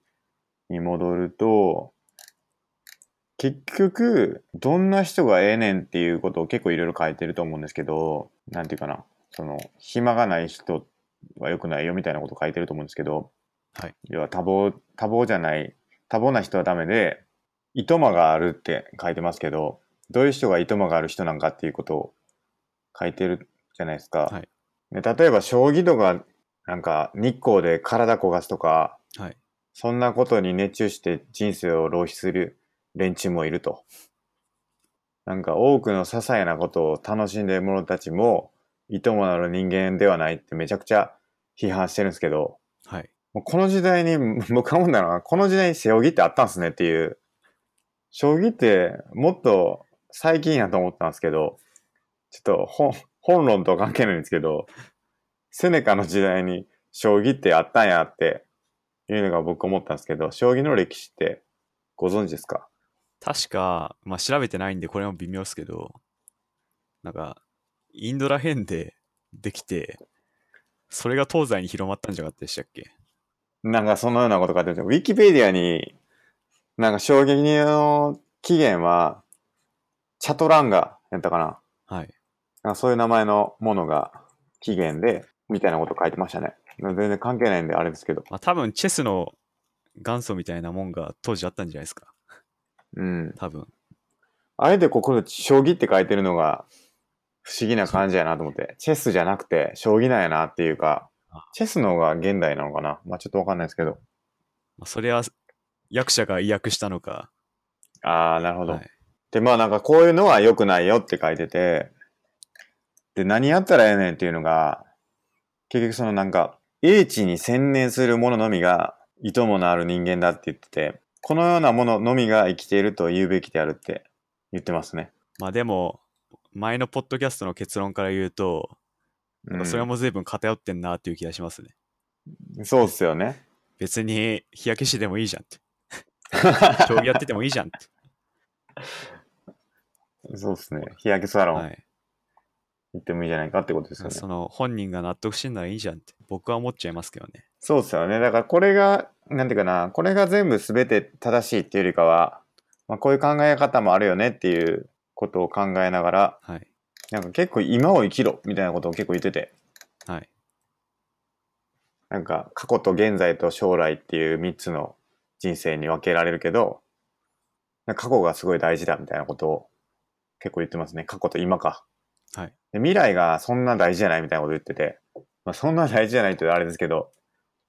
に戻ると、結局、どんな人がええねんっていうことを結構いろいろ書いてると思うんですけど、なんていうかな、その、暇がない人は良くないよみたいなこと書いてると思うんですけど、はい。要は多忙、多忙じゃない、多忙な人はダメで、いとまがあるって書いてますけど、どういう人がいとまがある人なんかっていうことを書いてるじゃないですか。はいで例えば将棋とか、なんか日光で体焦がすとか、はいそんなことに熱中して人生を浪費する連中もいると。なんか多くの些細なことを楽しんでいる者たちも、いともなる人間ではないってめちゃくちゃ批判してるんですけど、はい。もうこの時代に、 僕が思うんだな、この時代に将棋ってあったんすねっていう。将棋ってもっと最近やと思ったんですけど、ちょっと本本論とは関係ないんですけど、セネカの時代に将棋ってあったんやっていうのが僕思ったんですけど、将棋の歴史ってご存知ですか確か、まあ、調べてないんでこれも微妙ですけど、なんか、インドら辺でできて、それが東西に広まったんじゃなかったでしたっけなんかそんなようなこと書いてあるウィキペディアに、なんか将棋の起源は、チャトランガやったかなはい。なんかそういう名前のものが起源で、みたいなこと書いてましたね。全然関係ないんであれですけど。まあ、多分チェスの元祖みたいなもんが当時あったんじゃないですか。うん。多分。あえてここで将棋って書いてるのが、不思議な感じやなと思って、チェスじゃなくて将棋なんやなっていうかあ、チェスの方が現代なのかなまあちょっとわかんないですけど。まあ、それは役者が意訳したのか、ああ、なるほど。はいで、まあなんかこういうのは良くないよって書いてて、で、何やったらええねんっていうのが、結局そのなんか、英知に専念する者のみが、いとものある人間だって言ってて、このようなもののみが生きていると言うべきであるって言ってますね。まあでも前のポッドキャストの結論から言うと、うん、それも随分偏ってんなっていう気がしますねそうっすよね。 別に日焼けしてでもいいじゃんって将棋やっててもいいじゃんって、そうっすね。日焼けサロはンい、行ってもいいじゃないかってことですよね。その本人が納得してんならいいじゃんって僕は思っちゃいますけどねそうっすよね。だからこれが、なんていうかな、これが全部全て正しいっていうよりかは、まあ、こういう考え方もあるよねっていうことを考えながら、はいなんか結構今を生きろみたいなことを結構言ってて、はいなんか過去と現在と将来っていう3つの人生に分けられるけど、なんか過去がすごい大事だみたいなことを結構言ってますね。過去と今か。はいで未来がそんな大事じゃないみたいなこと言ってて、まあ、そんな大事じゃないってあれですけど、だか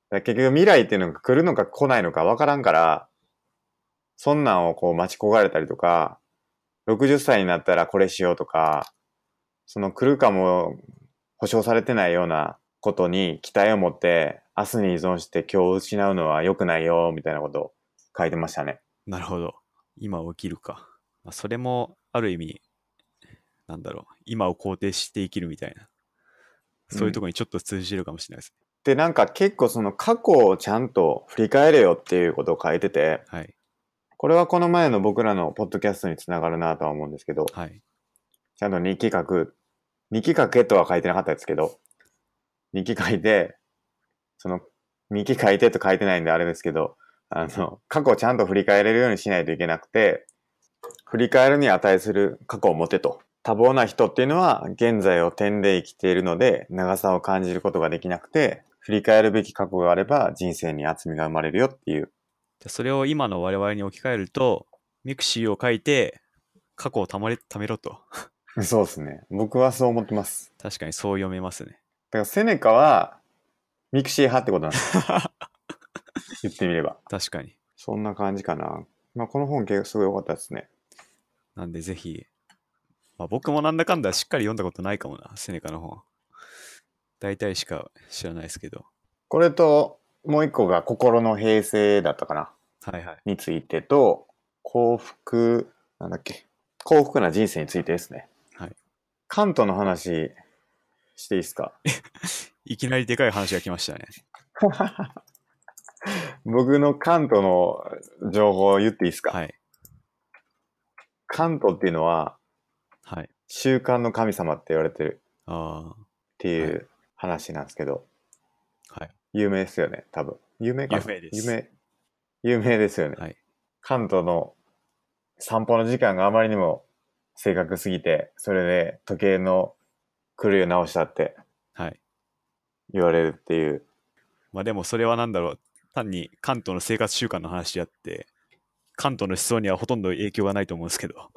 ら結局未来っていうのが来るのか来ないのか分からんから、そんなんをこう待ち焦がれたりとか、60歳になったらこれしようとか、その来るかも保証されてないようなことに期待を持って、明日に依存して今日を失うのは良くないよ、みたいなことを書いてましたね。なるほど今を生きるか、まあ、それもある意味なんだろう今を肯定して生きるみたいなそういうところにちょっと通じてるかもしれないですね、で、なんか結構その過去をちゃんと振り返れよっていうことを書いてて、はいこれはこの前の僕らのポッドキャストにつながるなとは思うんですけど、はいちゃんと日記書く。日記書けとは書いてなかったですけど、日記書いて、その、日記書いてと書いてないんであれですけど、あの、過去をちゃんと振り返れるようにしないといけなくて、振り返るに値する過去を持てと。多忙な人っていうのは、現在を点で生きているので、長さを感じることができなくて、振り返るべき過去があれば、人生に厚みが生まれるよっていう。じゃあそれを今の我々に置き換えると、ミクシーを書いて、過去をたまれ、ためろと。そうですね。僕はそう思ってます。確かにそう読めますね。だからセネカはミクシー派ってことなんですよ 言ってみれば。確かに。そんな感じかな。まあ、この本結構すごい良かったですね。なんでぜひ、まあ、僕もなんだかんだしっかり読んだことないかもな、セネカの本。大体しか知らないですけど。これと、もう一個が心の平成だったかな。はいはい。についてと、幸福、なんだっけ。幸福な人生についてですね。はい。カントの話していいですかいきなりでかい話が来ましたね。僕のカントの情報を言っていいですか、はい。カントっていうのは、はい。習慣の神様って言われてるあっていはう話なんですけど、あ。はい。有名ですよね、多分。有名かな有名です有名。有名ですよね。はい関東の散歩の時間があまりにも正確すぎて、それで時計の狂いを直したってはい。言われるっていう。 まあでもそれはなんだろう。単に関東の生活習慣の話であって、関東の思想にはほとんど影響がないと思うんですけど。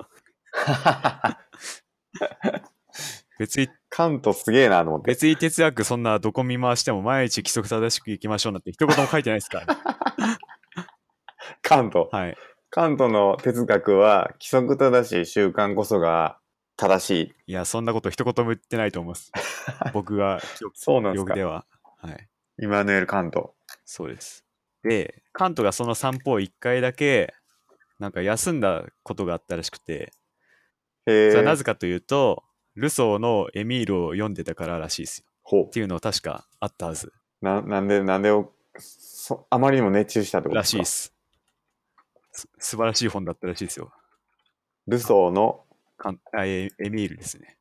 別に関東すげえなと思って。別に哲学そんなどこ見回しても毎日規則正しく行きましょうなんて一言も書いてないですから、ね、関東。はい関東の哲学は規則正しい習慣こそが正しい。いやそんなこと一言も言ってないと思います僕が記憶そうなん記です憶かで。ははいイマヌエル・カント。そうですでカントがその散歩を一回だけなんか休んだことがあったらしくてへそれはえ。なぜかというとルソーの「エミール」を読んでたかららしいですよほっていうの確かあったはずうななんで、なんでおそ、あまりにも熱中したってことらですしかいですす素晴らしい本だったらしいですよルソーのかんあエエミールですね。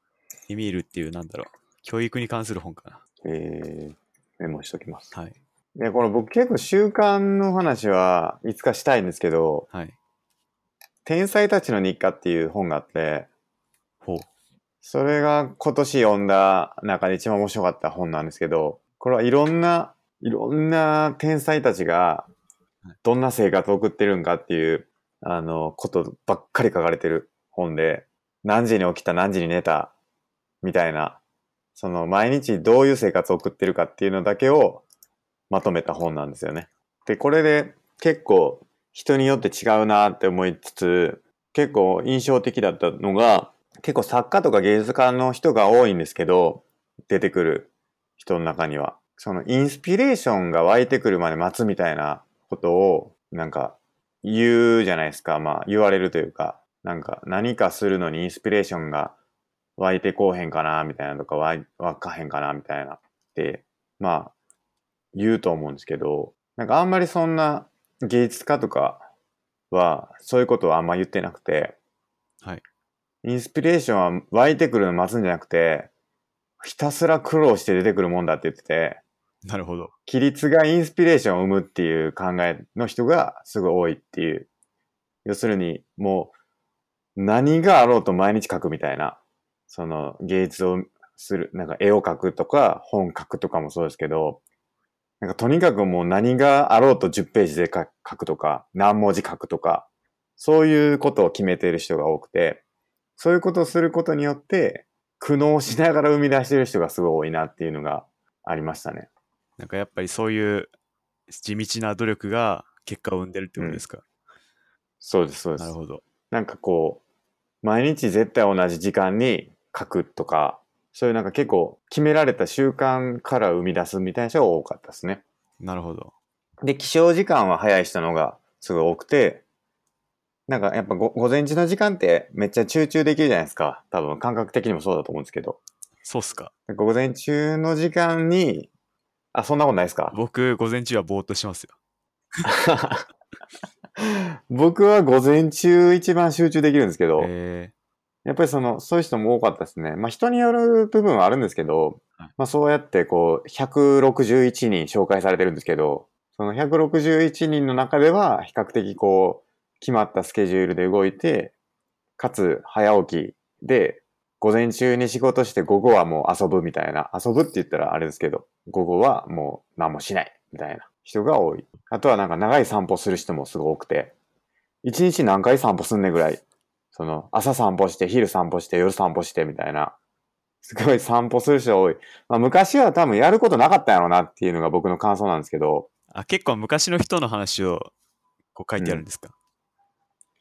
エミールっていう、なんだろう、教育に関する本かえー、メモしときます。な。はい。で、この僕結構習慣の話はいつかしたいんですけど、はい。天才たちの日課っていう本があって、ほう。それが今年読んだ中で一番面白かった本なんですけど、これはいろんな、いろんな天才たちがどんな生活を送ってるんかっていう、あの、ことばっかり書かれてる本で、何時に起きた、何時に寝た、みたいな、その毎日どういう生活を送ってるかっていうのだけをまとめた本なんですよね。で、これで結構人によって違うなって思いつつ、結構印象的だったのが、結構作家とか芸術家の人が多いんですけど、出てくる人の中には。そのインスピレーションが湧いてくるまで待つみたいなことを、なんか言うじゃないですか。まあ言われるというか、なんか何かするのにインスピレーションが湧いてこうへんかな、みたいなとか、湧い湧かへんかな、みたいなって、まあ言うと思うんですけど、なんかあんまりそんな芸術家とかは、そういうことはあんま言ってなくて、はい。インスピレーションは湧いてくるのを待つんじゃなくて、ひたすら苦労して出てくるもんだって言ってて、なるほど。規律がインスピレーションを生むっていう考えの人がすごい多いっていう。要するに、もう、何があろうと毎日書くみたいな。その、芸術をする、なんか絵を描くとか、本書くとかもそうですけど、なんかとにかくもう何があろうと10ページで書書くとか、何文字書くとか、そういうことを決めている人が多くて、そういうことをすることによって、苦悩しながら生み出している人がすごい多いなっていうのがありましたね。なんかやっぱりそういう地道な努力が結果を生んでるってことですか。そうです、そうです。なるほど。なんかこう、毎日絶対同じ時間に書くとか、そういうなんか結構決められた習慣から生み出すみたいな人が多かったですね。なるほど。で、起床時間は早い人のがすごい多くて、なんかやっぱご午前中の時間ってめっちゃ集中できるじゃないですか。多分感覚的にもそうだと思うんですけど。そうっすか。なんか午前中の時間に、あ、そんなことないですか僕、午前中はぼーっとしますよ。僕は午前中一番集中できるんですけど、えやっぱりその、そういう人も多かったですね。まあ人による部分はあるんですけど、はいまあそうやってこう、161人紹介されてるんですけど、その161人の中では比較的こう、決まったスケジュールで動いて、かつ早起きで、午前中に仕事して午後はもう遊ぶみたいな、遊ぶって言ったらあれですけど、午後はもう何もしないみたいな人が多い。あとはなんか長い散歩する人もすごい多くて、一日何回散歩すんねんぐらいその、朝散歩して、昼散歩して、夜散歩して、みたいな。すごい散歩する人が多い。まあ、昔は多分やることなかったんやろうなっていうのが僕の感想なんですけど。ーあ結構昔の人の話をこう書いてあるんですか。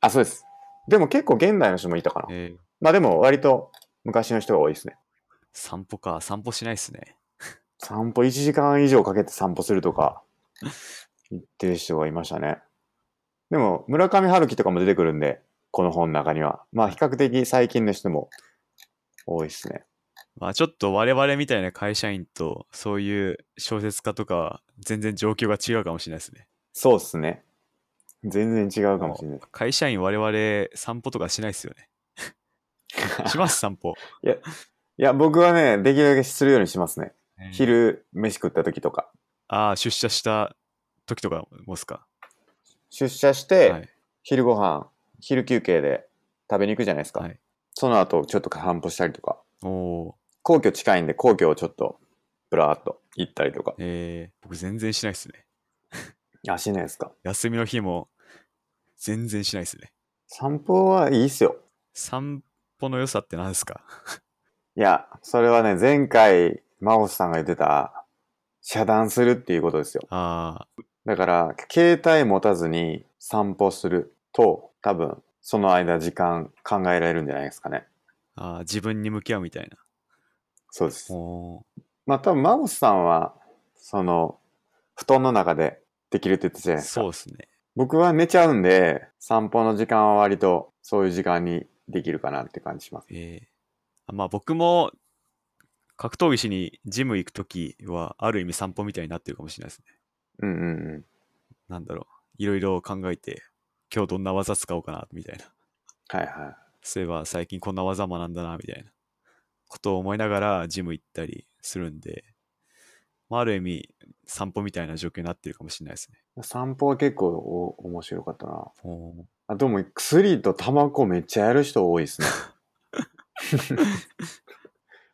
あ、そうです。でも結構現代の人もいたかな。えーまあでも割と昔の人が多いですね。散歩か。散歩しないっすね。散歩1時間以上かけて散歩するとか、言ってる人がいましたね。でも、村上春樹とかも出てくるんで、この本の中には。まあ比較的最近の人も多いですね。まあちょっと我々みたいな会社員とそういう小説家とかは全然状況が違うかもしれないですね。そうですね。全然違うかもしれない。会社員我々散歩とかしないっすよね。します散歩。いや、僕はね、できるだけするようにしますね。えー昼、飯食った時とか。ああ、出社した時とかもっすか。出社しはて、い。昼ご飯、昼休憩で食べに行くじゃないですか。はいその後、ちょっと散歩したりとか。おお皇居近いんで、皇居をちょっと、ぶらーっと行ったりとかー。。えー、僕全然しないっすね。あ、しないですか。休みの日も全然しないっすね。散歩はいいっすよ。散歩の良さって何ですかいや、それはね、前回、真帆さんが言ってた、遮断するっていうことですよ。ああ、だから、携帯持たずに散歩すると、多分、その間時間考えられるんじゃないですかね。あー自分に向き合うみたいそうですな。。おーまあ多分、マモスさんは、その、布団の中でできるって言ってたじゃないですか。そうですね。僕は寝ちゃうんで、散歩の時間は割とそういう時間にできるかなって感じします。えーあまあ僕も格闘技しにジム行くときはある意味散歩みたいになってるかもしれないですね。うんうんうん。なんだろう。いろいろ考えて今日どんな技使おうかなみたいな。はいはそういえば最近こんな技学んだなみたいなことを思いながらジム行ったりするんで、まあ、ある意味散歩みたいな状況になってるかもしれないですね。い。散歩は結構お面白かったな。おーあともう薬とタバコめっちゃやる人多い ですね。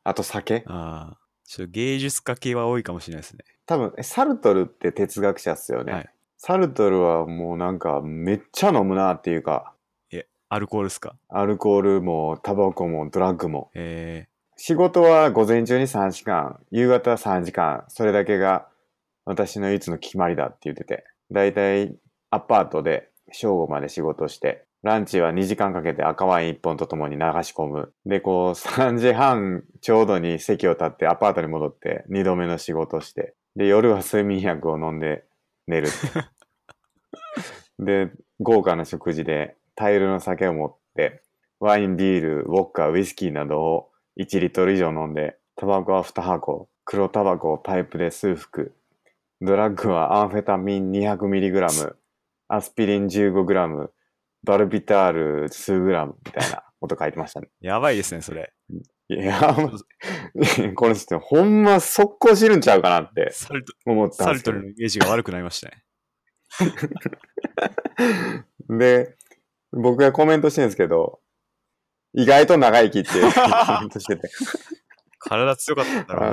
あと酒ああ、ちょっと芸術家系は多いかもしれないですね。多分、えサルトルって哲学者っすよね。はいサルトルはもうなんかめっちゃ飲むなっていうか、アルコールっすかアルコールもタバコもドラッグもえ仕事は午前中に3時間、夕方3時間、それだけが私の唯一の決まりだって言ってて、だいたいアパートで正午まで仕事して、ランチは2時間かけて赤ワイン1本とともに流し込む。で、こう3時半ちょうどに席を立ってアパートに戻って2度目の仕事して、で、夜は睡眠薬を飲んで寝るって。で、豪華な食事で大量の酒を持って、ワイン、ビール、ウォッカ、ウイスキーなどを1リットル以上飲んで、タバコは2箱、黒タバコをパイプで数服、ドラッグはアンフェタミン 200mg、アスピリン 15g、バルビタール数 g みたいなこと書いてましたね。やばいですね、それ。いや、この人、ほんま速攻知るんちゃうかなって サルト思ったサんでルすけトどルのイメージが悪くなりましたね。で、僕がコメントしてるんですけど、意外と長生きってコメントしてて、体強かったから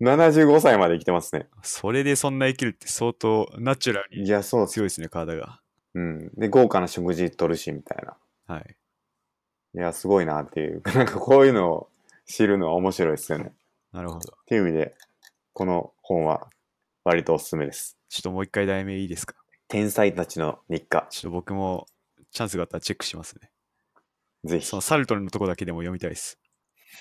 な。 75歳まで生きてますね。それでそんな生きるって相当ナチュラルいにや、そうですよ。強いですね、体が。うん。で、豪華な食事とるし、みたいな。はい。いや、すごいなっていう。 なんかこういうのを知るのは面白いですよね。なるほど。っていう意味で、この本は割とおすすめです。ちょっともう一回題名いいですか天才たちの日課。ちょっと僕もチャンスがあったらチェックしますね。ぜひそ。のサルトルのとこだけでも読みたいです。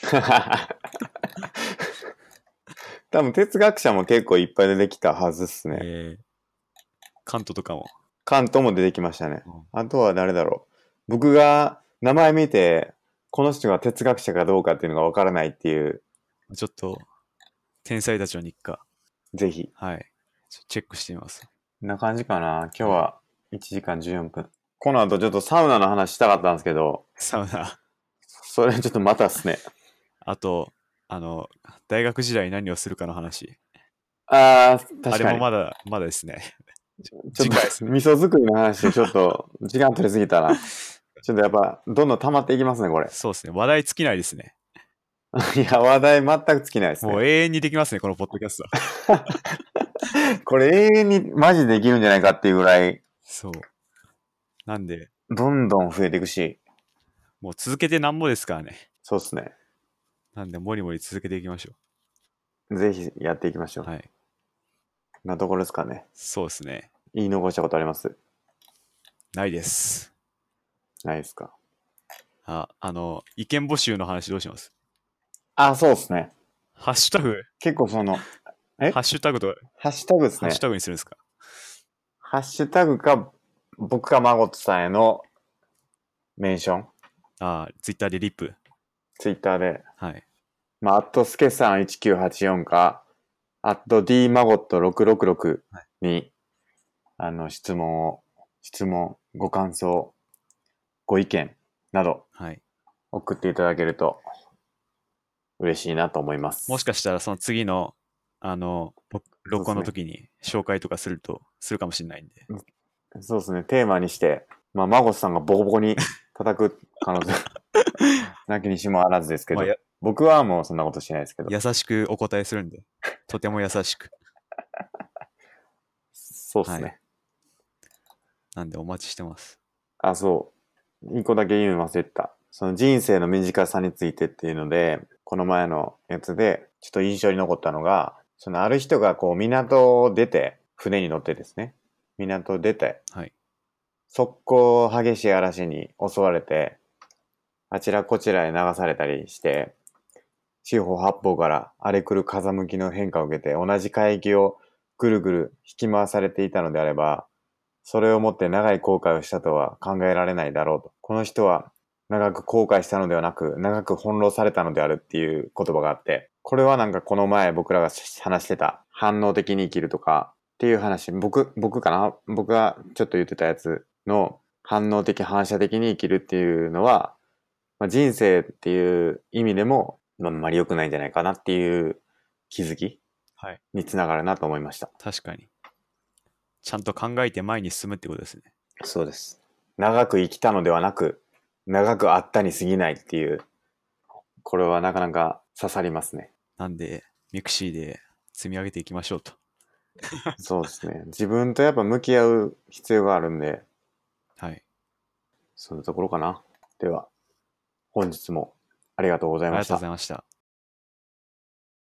多分哲学者も結構いっぱい出てきたはずっすね。えー、カントとかも。カントも出てきましたねうん。あとは誰だろう。僕が名前見て、この人が哲学者かどうかっていうのがわからないっていう、ちょっと、天才たちの日課。ぜひ。はい。ちょチェックしてみます。こんな感じかな。今日は1時間14分。この後ちょっとサウナの話したかったんですけど、サウナ。それちょっとまたっすね。あと、あの、大学時代何をするかの話。あー、あ確かれもに。まだ、まだです ね。ちょっ次と回ですね味噌作りの話でちょっと時間取りすぎたな。ちょっとやっぱどんどん溜まっていきますね、これ。 そうですね。話題尽きないですね。いや、話題全く尽きないですもうね。永遠にできますね、このポッドキャストは。これ永遠にマジできるんじゃないかっていうぐらい、そう。なんで、どんどん増えていくし、もう続けてなんぼですからね。そうっすね。なんで、もりもり続けていきましょぜひやっていきましょう。う。はい。なところですかね。そうですね。言い残したことありますないです。ないですかあ、あの、意見募集の話どうしますあ、そうっすね。ハッシュタグ結構その、えハッシュタグと、ハッシュタグですハねッシュ。タグにするんですかハッシュタグか、僕かマゴットさんへのメンション、ああ、ツイッターでリップ。ツイッターで、はい。まあ、アットスケさん1984か、アット D マゴット666に、あの、質問を、質問、ご感想、ご意見などはい。送っていただけると嬉しいなと思います。もしかしたら、その次の、あの、録録音の時に紹介とかすると、するかもしれないんで。そうですね、テーマにして、まあ、マゴットさんがボコボコ に叩く可能性、なきにしもあらずですけどまあ、や僕はもうそんなことしないですけど、優しくお答えするんで、とても優しく。そうですね。はいなんで、お待ちしてます。あ、そう。一個だけ言うの忘れてた。その人生の短さについてっていうので、この前のやつで、ちょっと印象に残ったのが、そのある人がこう港を出て、船に乗ってですね、港を出て、はい。速攻激しい嵐に襲われて、あちらこちらへ流されたりして、四方八方から荒れくる風向きの変化を受けて、同じ海域をぐるぐる引き回されていたのであれば、それをもって長い後悔をしたとは考えられないだろうと。この人は長く後悔したのではなく、長く翻弄されたのであるっていう言葉があって、これはなんかこの前僕らが話してた、反応的に生きるとかっていう話、僕、僕かな僕がちょっと言ってたやつの反応的、反射的に生きるっていうのは、まあ、人生っていう意味でも、まああんまり良くないんじゃないかなっていう気づきはいにつながるなと思いました。確かに。ちゃんと考えて前に進むってことですね。そうです。長く生きたのではなく、長くあったに過ぎないっていう、これはなかなか刺さりますね。なんで、ミクシーで積み上げていきましょうと。そうですね。自分とやっぱ向き合う必要があるんで、はい。そのところかな。では、本日もありがとうござあいりまがしとうたござ。いました。